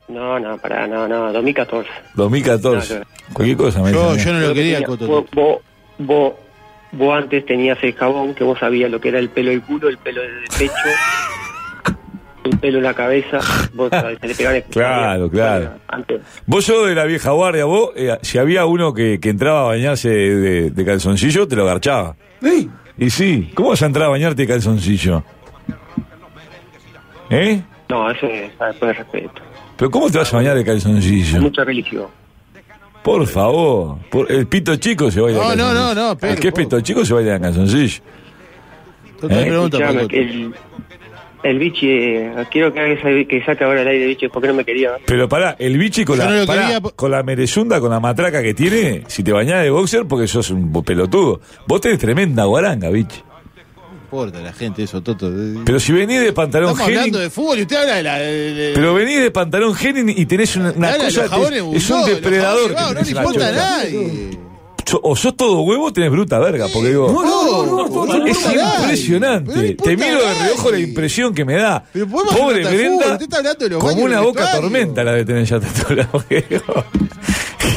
[SPEAKER 5] No, no, pará, no, no, 2014.
[SPEAKER 3] 2014. Cualquier cosa me
[SPEAKER 4] Yo,
[SPEAKER 3] dicen,
[SPEAKER 4] yo no lo quería, Coto.
[SPEAKER 5] Vos, vos, vos, vos antes tenías el jabón, que vos sabías lo que era el pelo del culo, el pelo del pecho, el pelo en la cabeza, vos sabés, se le pegaban el-
[SPEAKER 3] Claro, claro.
[SPEAKER 5] Antes,
[SPEAKER 3] Vos sos de la vieja guardia, vos, eh, si había uno que, que entraba a bañarse de, de- de calzoncillo, te lo garchaba.
[SPEAKER 6] Sí.
[SPEAKER 3] Y sí, ¿cómo vas a entrar a bañarte de calzoncillo? ¿Eh?
[SPEAKER 5] no, eso es está después de respeto.
[SPEAKER 3] ¿Pero cómo te vas a bañar de calzoncillo?
[SPEAKER 5] Mucha religión.
[SPEAKER 3] Por favor, por- el pito chico se baila.
[SPEAKER 4] No,
[SPEAKER 3] de calzoncillo.
[SPEAKER 4] no, no, no, pero-
[SPEAKER 3] ¿El que es pito chico se baila de calzoncillo?
[SPEAKER 4] Total
[SPEAKER 3] ¿Eh?
[SPEAKER 4] pregunta,
[SPEAKER 5] Escuchame,
[SPEAKER 4] Coto.
[SPEAKER 5] que el, el bichi, eh, quiero que, haga esa- que saque ahora el aire bichi, porque no me quería.
[SPEAKER 3] Pero pará, el bichi con
[SPEAKER 4] Yo
[SPEAKER 3] la,
[SPEAKER 4] no lo
[SPEAKER 3] pará,
[SPEAKER 4] quería po-
[SPEAKER 3] con la merezunda, con la matraca que tiene, si te bañás de boxer, porque sos un pelotudo. Vos tenés tremenda guaranga, bichi.
[SPEAKER 4] No importa la gente eso, Toto.
[SPEAKER 3] Pero si venís de pantalón
[SPEAKER 4] Estamos
[SPEAKER 3] Henning,
[SPEAKER 4] hablando de fútbol y usted habla de la... de- de-
[SPEAKER 3] Pero venís de pantalón Henning y tenés una, una
[SPEAKER 4] habla de los
[SPEAKER 3] cosa.
[SPEAKER 4] jabones
[SPEAKER 3] es- es
[SPEAKER 4] Bulldog,
[SPEAKER 3] un
[SPEAKER 4] los
[SPEAKER 3] depredador. que
[SPEAKER 4] jabones Bulldog,
[SPEAKER 3] tenés en la
[SPEAKER 4] No le importa a
[SPEAKER 3] chota.
[SPEAKER 4] nadie.
[SPEAKER 3] So- o sos todo huevo o tenés bruta verga. Porque digo,
[SPEAKER 6] No, no, no, no, no, no,
[SPEAKER 3] es
[SPEAKER 6] no, no,
[SPEAKER 3] impresionante.
[SPEAKER 4] Pero no importa
[SPEAKER 3] Te miro de
[SPEAKER 4] nadie.
[SPEAKER 3] reojo la impresión que me da.
[SPEAKER 4] Pero podemos
[SPEAKER 3] Pobre
[SPEAKER 4] hablar de fútbol,
[SPEAKER 3] Brenda.
[SPEAKER 4] usted está hablando de los
[SPEAKER 3] como
[SPEAKER 4] baños
[SPEAKER 3] una
[SPEAKER 4] del
[SPEAKER 3] boca
[SPEAKER 4] vestuario.
[SPEAKER 3] tormenta la de tener ya tatuada. porque digo,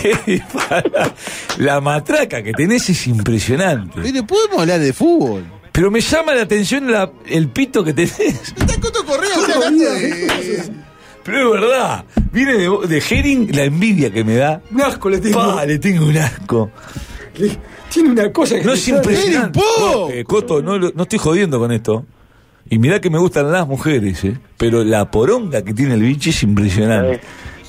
[SPEAKER 3] qué dispara. La matraca que tenés es impresionante.
[SPEAKER 4] Pero podemos hablar de fútbol.
[SPEAKER 3] Pero me llama la atención la- el pito que tenés.
[SPEAKER 4] Está Coto Correa usted hablando de...
[SPEAKER 3] Pero es verdad, viene de, bo- de Henning la envidia que me da.
[SPEAKER 6] Un asco le tengo.
[SPEAKER 3] Pa, le tengo un asco.
[SPEAKER 6] Le- Tiene una cosa que
[SPEAKER 3] No
[SPEAKER 6] le
[SPEAKER 3] es
[SPEAKER 6] sale.
[SPEAKER 3] impresionante.
[SPEAKER 4] ¡Eres vos!
[SPEAKER 3] No, eh, Coto, no, lo- no estoy jodiendo con esto. Y mirá que me gustan las mujeres, eh, pero la poronga que tiene el bicho es impresionante.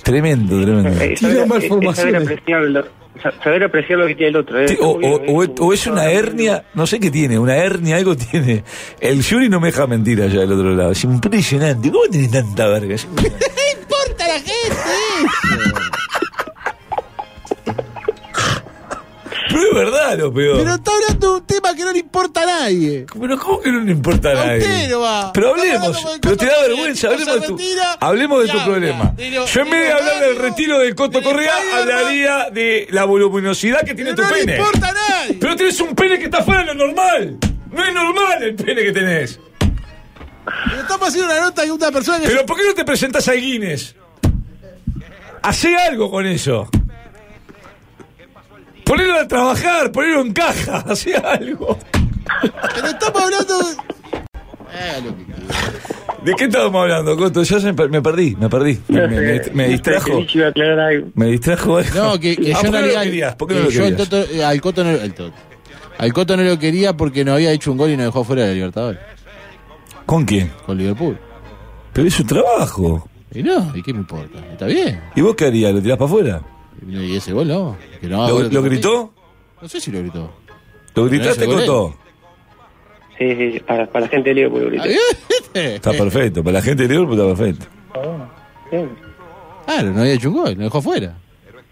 [SPEAKER 3] Tremendo, tremendo.
[SPEAKER 5] Eh,
[SPEAKER 6] Tiene
[SPEAKER 5] saber-
[SPEAKER 6] malformaciones.
[SPEAKER 5] eh, Saber apreciar, lo, sa- saber apreciar lo que tiene el otro. eh.
[SPEAKER 3] Sí, O, o- o es- o es una
[SPEAKER 5] Ah,
[SPEAKER 3] hernia, no sé qué tiene, una hernia, algo tiene. El Yuri no me deja mentir allá del otro lado. Es impresionante. ¿Cómo tiene tanta verga? Es impresionante.
[SPEAKER 4] importa la gente!
[SPEAKER 3] Pero es verdad lo peor.
[SPEAKER 4] Pero está hablando de un tema que no le importa a nadie.
[SPEAKER 3] Pero ¿cómo que no le importa a
[SPEAKER 4] A
[SPEAKER 3] nadie?
[SPEAKER 4] usted no va.
[SPEAKER 3] Pero
[SPEAKER 4] Está
[SPEAKER 3] hablemos,
[SPEAKER 4] hablando con el
[SPEAKER 3] pero
[SPEAKER 4] Coto
[SPEAKER 3] te da
[SPEAKER 4] Correa,
[SPEAKER 3] vergüenza,
[SPEAKER 4] que
[SPEAKER 3] hablemos de
[SPEAKER 4] cosa
[SPEAKER 3] tu,
[SPEAKER 4] mentira,
[SPEAKER 3] hablemos de
[SPEAKER 4] y
[SPEAKER 3] tu
[SPEAKER 4] habla
[SPEAKER 3] problema.
[SPEAKER 4] de lo-
[SPEAKER 3] Yo en
[SPEAKER 4] de
[SPEAKER 3] vez de
[SPEAKER 4] lo
[SPEAKER 3] hablar del
[SPEAKER 4] malo,
[SPEAKER 3] retiro del Coto
[SPEAKER 4] del
[SPEAKER 3] Correa,
[SPEAKER 4] estadio,
[SPEAKER 3] hablaría de la voluminosidad que tiene
[SPEAKER 4] Pero
[SPEAKER 3] tu
[SPEAKER 4] no le
[SPEAKER 3] pene.
[SPEAKER 4] importa a nadie.
[SPEAKER 3] Pero tienes un pene que está fuera de lo normal. No es normal el pene que tenés.
[SPEAKER 4] Pero estamos haciendo una nota de una persona que...
[SPEAKER 3] Pero ¿por qué no te presentás al Guinness? Hacé algo con eso. Ponerlo a trabajar, ponerlo en caja, hacía algo.
[SPEAKER 4] Pero estamos hablando de. Eh, lo que
[SPEAKER 3] ¿De qué estábamos hablando, Coto? Ya se me, me perdí, me perdí. Me, me- me- me distrajo.
[SPEAKER 5] Yo iba a aclarar algo.
[SPEAKER 3] Me distrajo algo.
[SPEAKER 4] No, que, que
[SPEAKER 3] Ah, ¿por
[SPEAKER 4] yo en
[SPEAKER 3] qué no
[SPEAKER 4] realidad.
[SPEAKER 3] lo querías? ¿Por qué no
[SPEAKER 4] que
[SPEAKER 3] lo
[SPEAKER 4] yo al
[SPEAKER 3] querías?
[SPEAKER 4] Toto- eh, al Coto no, al Toto. Al Coto no lo quería porque no había hecho un gol y nos dejó fuera de la Libertadores.
[SPEAKER 3] ¿Con quién?
[SPEAKER 4] Con Liverpool.
[SPEAKER 3] Pero es su trabajo.
[SPEAKER 4] Y no, ¿y qué me importa? Está bien.
[SPEAKER 3] ¿Y vos qué harías? ¿Lo tirás para afuera?
[SPEAKER 4] Y ese gol no. Que no haga
[SPEAKER 3] ¿Lo,
[SPEAKER 4] gol otro
[SPEAKER 3] lo gritó?
[SPEAKER 4] partido. No sé si lo gritó.
[SPEAKER 3] ¿Lo
[SPEAKER 4] Pero
[SPEAKER 3] gritaste,
[SPEAKER 4] ese gol
[SPEAKER 3] Coto?
[SPEAKER 5] Sí, sí, para, para la gente de Liverpool ahorita.
[SPEAKER 4] Está bien.
[SPEAKER 3] Está perfecto. Para la gente de Liverpool está perfecto.
[SPEAKER 5] Bien.
[SPEAKER 4] Claro, no había hecho un gol, nos dejó fuera.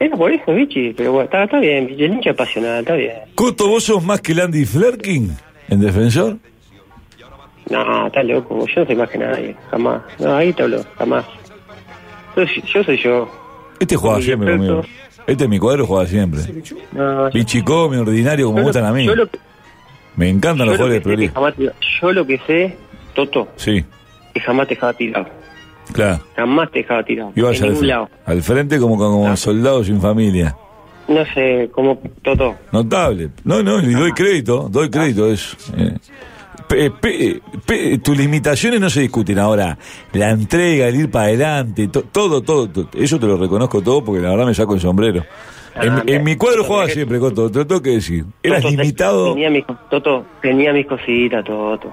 [SPEAKER 5] Era Eh, por eso, Vichy, pero bueno, está, está bien, Vichy, el hincha apasionado, está bien.
[SPEAKER 3] ¿Coto, vos sos más que Landy Flerkin en defensor?
[SPEAKER 5] No, está loco, yo no soy más que nadie, jamás. No, ahí te hablo, jamás. Yo, yo soy yo.
[SPEAKER 3] Este juega
[SPEAKER 5] Sí,
[SPEAKER 3] siempre
[SPEAKER 5] perfecto.
[SPEAKER 3] conmigo. Este es mi cuadro, juega siempre.
[SPEAKER 5] No, yo,
[SPEAKER 3] Pichicó, mi ordinario, como me
[SPEAKER 5] yo lo-
[SPEAKER 3] gustan a mí.
[SPEAKER 5] yo lo-
[SPEAKER 3] Me encantan los
[SPEAKER 5] yo lo
[SPEAKER 3] jugadores de
[SPEAKER 5] que sé
[SPEAKER 3] Proliga.
[SPEAKER 5] que jamás te- Yo lo que sé, Toto,
[SPEAKER 3] Sí,
[SPEAKER 5] que jamás te dejaba tirado.
[SPEAKER 3] claro.
[SPEAKER 5] Jamás te dejaba tirado.
[SPEAKER 3] Iba
[SPEAKER 5] en
[SPEAKER 3] allá al,
[SPEAKER 5] ningún lado.
[SPEAKER 3] frente, al frente como, como soldado sin familia.
[SPEAKER 5] No sé, como Toto.
[SPEAKER 3] Notable. No, no, le doy crédito, doy crédito a eso. Eh, pe- pe- pe- tus limitaciones no se discuten ahora. La entrega, el ir para adelante, to- todo, todo, to- Eso te lo reconozco todo porque la verdad me saco el sombrero.
[SPEAKER 5] Ah,
[SPEAKER 3] En, en mi cuadro jugaba siempre, Coto, te lo tengo que decir. Eras
[SPEAKER 5] Toto, te-
[SPEAKER 3] limitado.
[SPEAKER 5] Tenía mis, Toto, tenía mis cositas, Toto.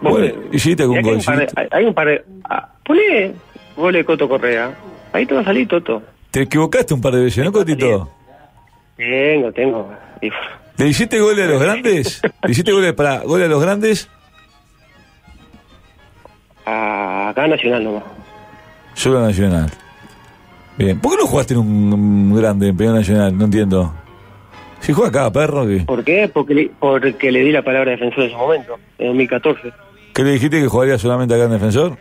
[SPEAKER 5] Vos
[SPEAKER 3] Bueno,
[SPEAKER 5] que-
[SPEAKER 3] hiciste algún
[SPEAKER 5] mirá que hay un par de-
[SPEAKER 3] golcito.
[SPEAKER 5] Hay hay un par de... ah, Poné goles de Coto Correa. Ahí te va a salir, Toto.
[SPEAKER 3] Te equivocaste un par de veces, ¿no, Cotito?
[SPEAKER 5] Tengo, tengo. Y-
[SPEAKER 3] ¿Le hiciste goles a los grandes? ¿Le hiciste goles para goles a los grandes?
[SPEAKER 5] a- ah, Acá Nacional nomás.
[SPEAKER 3] Solo a Nacional. Bien. ¿Por qué no jugaste en un, un grande en Primera Nacional? No entiendo. Si juega acá, perro, que,
[SPEAKER 5] ¿Por qué? Porque le, porque le di la palabra a defensor en su momento, en 2014.
[SPEAKER 3] que le dijiste que jugaría solamente acá en defensor.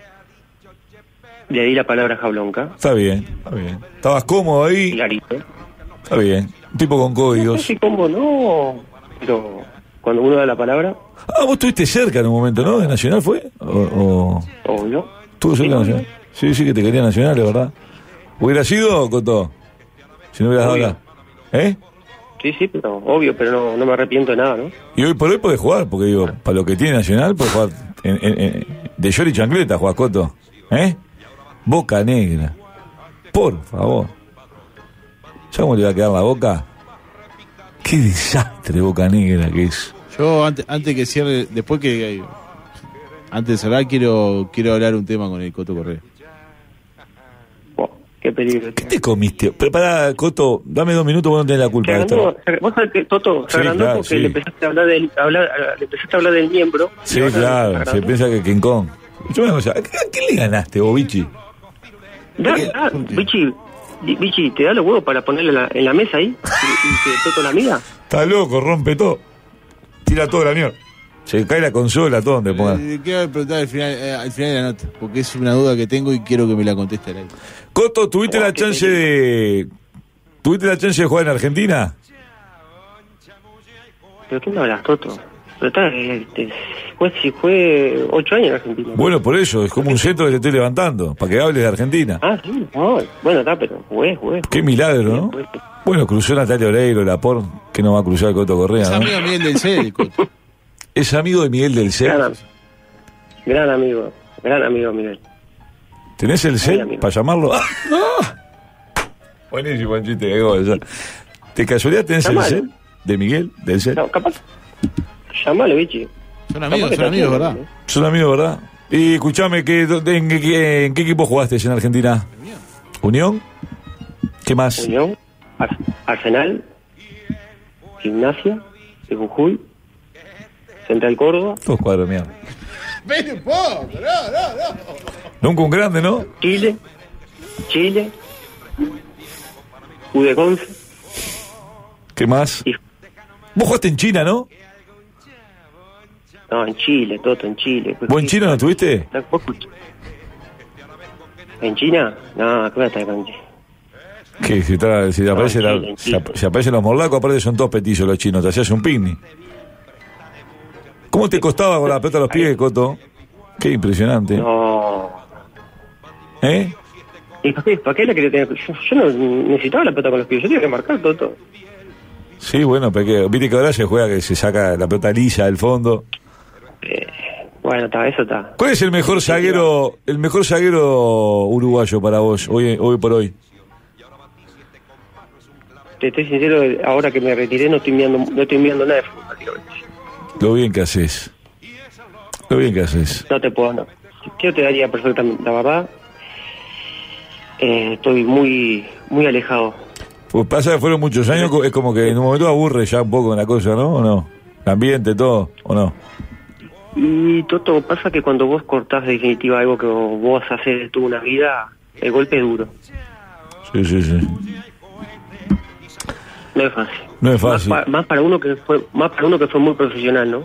[SPEAKER 5] Le di la palabra a Jablonca.
[SPEAKER 3] Está bien, está bien. Estabas cómodo ahí,
[SPEAKER 5] Clarito.
[SPEAKER 3] está bien. Un tipo con
[SPEAKER 5] No sé
[SPEAKER 3] códigos.
[SPEAKER 5] si combo no, pero cuando uno da la palabra,
[SPEAKER 3] Ah, vos estuviste cerca en un momento, ¿no? ¿De Nacional fue? ¿O, o...
[SPEAKER 5] obvio.
[SPEAKER 3] estuvo cerca de Nacional? Sí, sí, que te quería Nacional, de verdad. ¿Hubiera sido, Cotó? Si no hubieras dado la... ¿Eh?
[SPEAKER 5] Sí, sí, pero obvio, pero no, no me arrepiento de nada, ¿no?
[SPEAKER 3] Y hoy por hoy podés jugar, porque digo, para lo que tiene Nacional, podés jugar en- en- en- de short y chancleta, jugás Coto. ¿Eh? Boca negra. Por favor. ¿Sabes cómo le va a quedar la boca? Qué desastre boca negra que es.
[SPEAKER 4] Yo antes, antes que cierre, después que eh, antes de cerrar quiero quiero hablar un tema con el Coto Correa.
[SPEAKER 5] Buah, qué peligro.
[SPEAKER 3] ¿Qué te comiste? Prepará, Coto, dame dos minutos, vos no tenés la
[SPEAKER 5] Se
[SPEAKER 3] culpa de
[SPEAKER 5] agrandó,
[SPEAKER 3] esto.
[SPEAKER 5] se agrandó- vos sabés que Toto
[SPEAKER 3] Sí,
[SPEAKER 5] se agrandó
[SPEAKER 3] claro,
[SPEAKER 5] porque
[SPEAKER 3] sí.
[SPEAKER 5] le empezaste a hablar del, a hablar, a- le empezaste a hablar del miembro.
[SPEAKER 3] Sí,
[SPEAKER 5] Y ahora se
[SPEAKER 3] claro,
[SPEAKER 5] agrandó.
[SPEAKER 3] se piensa que King Kong. Escuchame una cosa, ¿a qué- a quién le ganaste, Bobichi?
[SPEAKER 5] Da- da- Vichy, Di- Vichy, ¿te da los huevos para ponerle la- en la mesa ahí? ¿Y, y que Toto la mira?
[SPEAKER 3] Está loco, rompe todo. Tira todo la mierda. Se cae la consola, todo donde ponga.
[SPEAKER 4] Eh, quiero preguntar al final, eh, al final de la nota, porque es una duda que tengo y quiero que me la conteste el aire.
[SPEAKER 3] Coto, ¿tuviste la chance de. ¿Tuviste la chance de jugar en Argentina?
[SPEAKER 5] ¿Pero qué me hablas, Toto? Pero está, este, fue, si fue ocho años en Argentina.
[SPEAKER 3] Bueno, por eso, es como un centro que te estoy levantando, para que hables de Argentina.
[SPEAKER 5] Ah, sí, no, bueno, está, pero jugué, jugué.
[SPEAKER 3] Qué milagro, ¿no? Bueno, cruzó Natalia Oreiro, la por, que no va a cruzar Coto
[SPEAKER 4] Es
[SPEAKER 3] Correa, ¿no?
[SPEAKER 4] amigo Miguel del C, el Coto.
[SPEAKER 3] Es amigo de Miguel del
[SPEAKER 5] Gran,
[SPEAKER 3] CEL.
[SPEAKER 5] gran amigo, gran amigo Miguel.
[SPEAKER 3] ¿Tenés el CEL
[SPEAKER 5] amigo.
[SPEAKER 3] para llamarlo? ¡Ah! Buenísimo el chiste, qué gol. ¿Te casualidad tenés el
[SPEAKER 5] Llamalo.
[SPEAKER 3] CEL? ¿De Miguel? ¿Del CEL?
[SPEAKER 5] No, capaz, llamalo, Vichy.
[SPEAKER 4] Son
[SPEAKER 5] Capaz
[SPEAKER 4] amigos,
[SPEAKER 5] que
[SPEAKER 4] son
[SPEAKER 5] está
[SPEAKER 4] amigos,
[SPEAKER 5] haciendo,
[SPEAKER 4] ¿verdad?
[SPEAKER 5] ¿eh?
[SPEAKER 3] Son amigos, ¿verdad? Y escuchame, ¿qué, dónde- en, qué, en qué equipo jugaste en Argentina? ¿Unión? ¿Qué más?
[SPEAKER 5] Unión, Ar- Arsenal, Gimnasia, de Jujuy, Central Córdoba,
[SPEAKER 3] Todos cuadros, mierda.
[SPEAKER 4] Ven un poco, no, no, no.
[SPEAKER 3] Nunca un grande, ¿no?
[SPEAKER 5] Chile, Chile, Udeconce
[SPEAKER 3] ¿Qué más?
[SPEAKER 5] y...
[SPEAKER 3] Vos jugaste en China, ¿no?
[SPEAKER 5] No, en Chile, Toto, en Chile. Pues,
[SPEAKER 3] ¿Vos en
[SPEAKER 5] ¿qué-
[SPEAKER 3] China no estuviste?
[SPEAKER 5] ¿Vos escuchás? ¿En China? No, ¿qué va a estar acá en China?
[SPEAKER 3] Que si, está- si aparece
[SPEAKER 5] en
[SPEAKER 3] la-
[SPEAKER 5] China, en
[SPEAKER 3] si
[SPEAKER 5] China.
[SPEAKER 3] ap- si aparecen los morlacos, aparte son todos petizos los chinos, te hacías un picnic. ¿Cómo te costaba con la pelota a los pies, Coto? Qué impresionante.
[SPEAKER 5] No.
[SPEAKER 3] ¿Eh?
[SPEAKER 5] ¿Y para qué, para qué la quería tener? Yo, yo no necesitaba la pelota con los pies, yo tenía que marcar, Toto.
[SPEAKER 3] Sí, bueno, porque viste que ahora se juega que se saca la pelota lisa del fondo.
[SPEAKER 5] Bueno, está, eso está.
[SPEAKER 3] ¿Cuál es el mejor zaguero, el mejor zaguero uruguayo para vos hoy, hoy por hoy?
[SPEAKER 5] Te estoy sincero, ahora que me retiré no estoy mirando, no estoy mirando nada de fútbol, prácticamente.
[SPEAKER 3] Lo bien que haces. Lo bien que haces.
[SPEAKER 5] No te puedo, no. Yo te daría perfectamente, la verdad. Eh, estoy muy, muy alejado.
[SPEAKER 3] Pues pasa que fueron muchos años, co- es como que en un momento aburre ya un poco la cosa, ¿no? ¿O no? El ambiente, todo, ¿o no?
[SPEAKER 5] Y Toto, pasa que cuando vos cortás de definitiva algo que vos haces toda una vida, el golpe es duro.
[SPEAKER 3] Sí, sí, sí.
[SPEAKER 5] No es fácil.
[SPEAKER 3] No es
[SPEAKER 5] Más,
[SPEAKER 3] fácil.
[SPEAKER 5] pa- más para uno que fue, más para uno que fue muy profesional, ¿no?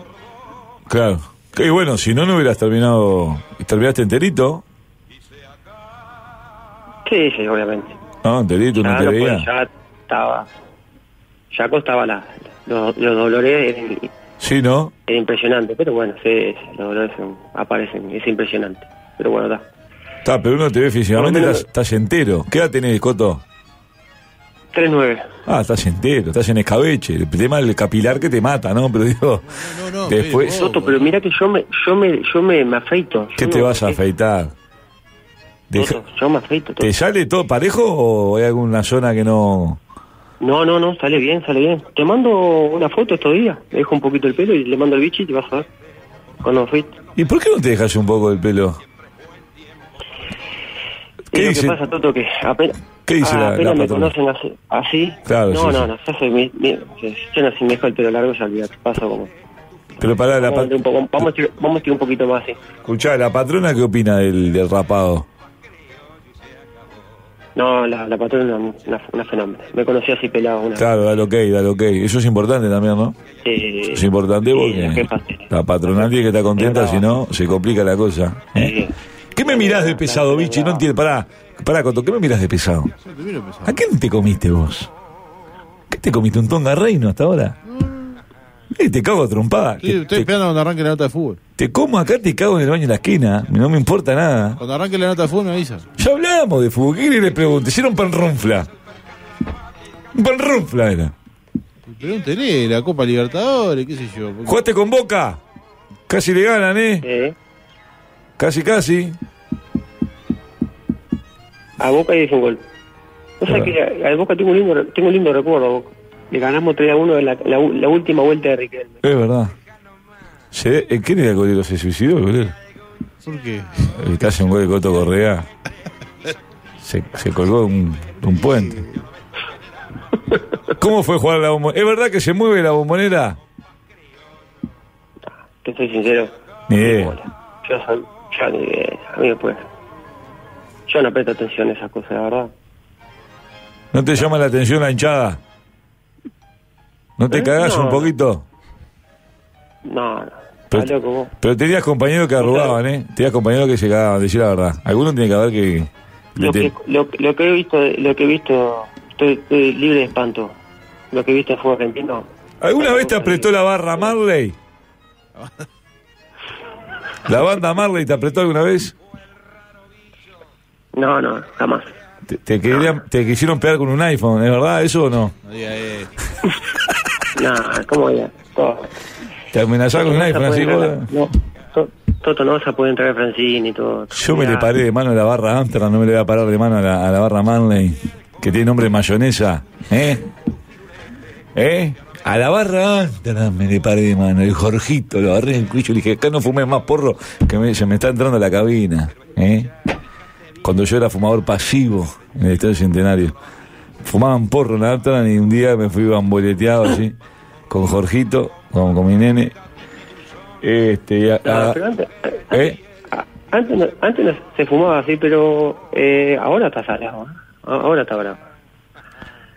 [SPEAKER 3] Claro. Y bueno, si no, no hubieras terminado. Terminaste enterito.
[SPEAKER 5] Sí, sí, obviamente.
[SPEAKER 3] No, enterito, no
[SPEAKER 5] Ya,
[SPEAKER 3] te
[SPEAKER 5] Ah, no
[SPEAKER 3] veía.
[SPEAKER 5] podía, ya estaba, ya costaba la, los, los dolores, eran- era,
[SPEAKER 3] Sí, ¿no?
[SPEAKER 5] impresionante, pero bueno, sí, sí, los dolores son- aparecen, es impresionante. Pero bueno, da.
[SPEAKER 3] Está, pero uno te ve físicamente,
[SPEAKER 5] Por lo
[SPEAKER 3] estás,
[SPEAKER 5] menos-
[SPEAKER 3] estás entero. ¿Qué edad tenés, Coto?
[SPEAKER 5] 3-9.
[SPEAKER 3] Ah, estás entero, estás en escabeche. El tema del capilar que te mata, ¿no? Pero digo,
[SPEAKER 4] No, no,
[SPEAKER 3] Después-
[SPEAKER 4] Fede, vos,
[SPEAKER 5] Toto, pero mira que yo me, yo me, yo me, me afeito.
[SPEAKER 3] ¿qué
[SPEAKER 5] Yo
[SPEAKER 3] te
[SPEAKER 5] no-
[SPEAKER 3] vas a
[SPEAKER 5] eh,
[SPEAKER 3] afeitar? Deja-
[SPEAKER 5] Toto, yo me afeito. Toto.
[SPEAKER 3] ¿Te sale todo parejo o hay alguna zona que no.?
[SPEAKER 5] No, no, no, sale bien, sale bien. Te mando una foto estos días. Le dejo un poquito el pelo y le mando el bicho y te vas a ver. Cuando fuiste.
[SPEAKER 3] ¿Y por qué no te dejas un poco el pelo?
[SPEAKER 5] Y
[SPEAKER 3] ¿Qué
[SPEAKER 5] lo
[SPEAKER 3] dice?
[SPEAKER 5] que pasa, Toto, que apenas, Ah,
[SPEAKER 3] ¿Qué dice la-
[SPEAKER 5] apenas
[SPEAKER 3] la
[SPEAKER 5] me
[SPEAKER 3] patrona?
[SPEAKER 5] conocen así. así.
[SPEAKER 3] Claro,
[SPEAKER 5] no,
[SPEAKER 3] sí,
[SPEAKER 5] no,
[SPEAKER 3] sí.
[SPEAKER 5] no, yo soy mi- mi- yo nací mejor el pelo largo, ya olvidate. Paso como.
[SPEAKER 3] Pero pará, la,
[SPEAKER 5] Vamos a
[SPEAKER 3] pa-
[SPEAKER 5] meter un poco- vamos a estirar- vamos a estirar un poquito más así.
[SPEAKER 3] escuchá, ¿la patrona qué opina del, del rapado?
[SPEAKER 5] No, la, la patrona es una, una fenómena. Me conocí así pelado una
[SPEAKER 3] Claro, dale ok, dale ok. Eso es importante también, ¿no?
[SPEAKER 5] Eh,
[SPEAKER 3] Es importante
[SPEAKER 5] sí, la
[SPEAKER 3] porque
[SPEAKER 5] jefa,
[SPEAKER 3] la patronal tiene que estar contenta, si no, se complica la cosa. ¿eh?
[SPEAKER 5] eh,
[SPEAKER 3] ¿Qué me mirás de pesado, bichi? No entiendo. Pará, pará, Coto, ¿qué me mirás de pesado?
[SPEAKER 4] yo te miro pesado.
[SPEAKER 3] ¿A quién te comiste vos? ¿Qué te comiste? ¿Un tonga reino hasta ahora? Eh, te cago a trompada.
[SPEAKER 4] Mm. Sí,
[SPEAKER 3] Te,
[SPEAKER 4] estoy
[SPEAKER 3] te-
[SPEAKER 4] esperando cuando arranque la nota de fútbol.
[SPEAKER 3] te como acá, te cago en el baño de la esquina. No me importa nada.
[SPEAKER 4] Cuando arranque la nota de fútbol me avisa.
[SPEAKER 3] Ya hablábamos de fútbol. ¿Qué querés que le pregunte? Si era un panrunfla. Un panrunfla era.
[SPEAKER 4] Pregúntele, la Copa Libertadores, qué sé yo. porque-
[SPEAKER 3] ¿Jugaste con Boca? Casi le ganan, ¿eh?
[SPEAKER 5] eh.
[SPEAKER 3] Casi, casi.
[SPEAKER 5] A Boca y hice un gol. O sea
[SPEAKER 3] Claro.
[SPEAKER 5] que a, a Boca tengo un lindo, re- tengo un lindo recuerdo. a Boca. Le ganamos 3 a 1 en la, la u- la última vuelta de Riquelme.
[SPEAKER 3] Es verdad. Se, eh, ¿Quién era el golero? ¿Se suicidó el golero?
[SPEAKER 4] ¿Por qué?
[SPEAKER 3] El que hace un gol de Coto Correa. Se, se colgó de un, de un puente. ¿Cómo fue jugar a la bombonera? ¿Es verdad que se mueve la bombonera?
[SPEAKER 5] Te soy sincero.
[SPEAKER 3] Ni idea.
[SPEAKER 5] Hola. Yo soy. Yo ni idea, amigo, pues. Yo no presto atención a esas cosas, la verdad.
[SPEAKER 3] ¿No te llama la atención la hinchada? ¿No te
[SPEAKER 5] ¿Eh?
[SPEAKER 3] cagás
[SPEAKER 5] No.
[SPEAKER 3] un poquito?
[SPEAKER 5] No, no.
[SPEAKER 3] Pero-
[SPEAKER 5] Estás loco vos.
[SPEAKER 3] Pero tenías compañeros que arrugaban, ¿eh? Tenías compañeros que se cagaban, decir la verdad. Algunos tienen que haber que...
[SPEAKER 5] Lo que, lo, lo que he visto, lo que he visto, estoy, estoy libre de espanto. Lo que he visto en fútbol argentino.
[SPEAKER 3] ¿Alguna vez te apretó la barra Marley? ¿La banda Marley te apretó alguna vez?
[SPEAKER 5] No, no, jamás.
[SPEAKER 3] Te, te querían- te quisieron pegar con un iPhone, ¿es verdad eso o no?
[SPEAKER 4] No diga eso.
[SPEAKER 5] No, ¿cómo voy a- todo.
[SPEAKER 3] Te amenazaron con un
[SPEAKER 5] No vas a
[SPEAKER 3] iPhone,
[SPEAKER 5] poder
[SPEAKER 3] así
[SPEAKER 5] entrar-
[SPEAKER 3] vos-
[SPEAKER 5] no, To- Toto, no vas a poder entrar a Francini y todo.
[SPEAKER 3] Yo me le paré de mano a la barra Amsterdam, no me le voy a parar de mano a la, a la barra Marley, que tiene nombre de mayonesa, ¿eh? ¿Eh? A la barra Amsterdam me le paré de mano, el Jorgito, lo agarré en el cuello y le dije, acá no fumé más porro, que me- se me está entrando la cabina, ¿eh? Cuando yo era fumador pasivo en el Estadio Centenario. Fumaban porro en Amsterdam y un día me fui bamboleteado así, con Jorgito, con, con mi nene. Este, y a-
[SPEAKER 5] Ah,
[SPEAKER 3] a-
[SPEAKER 5] pero antes,
[SPEAKER 3] ¿eh?
[SPEAKER 5] ah, antes, no, antes no se fumaba así, pero eh, ahora está salado. ¿eh? Ah, Ahora está bravo.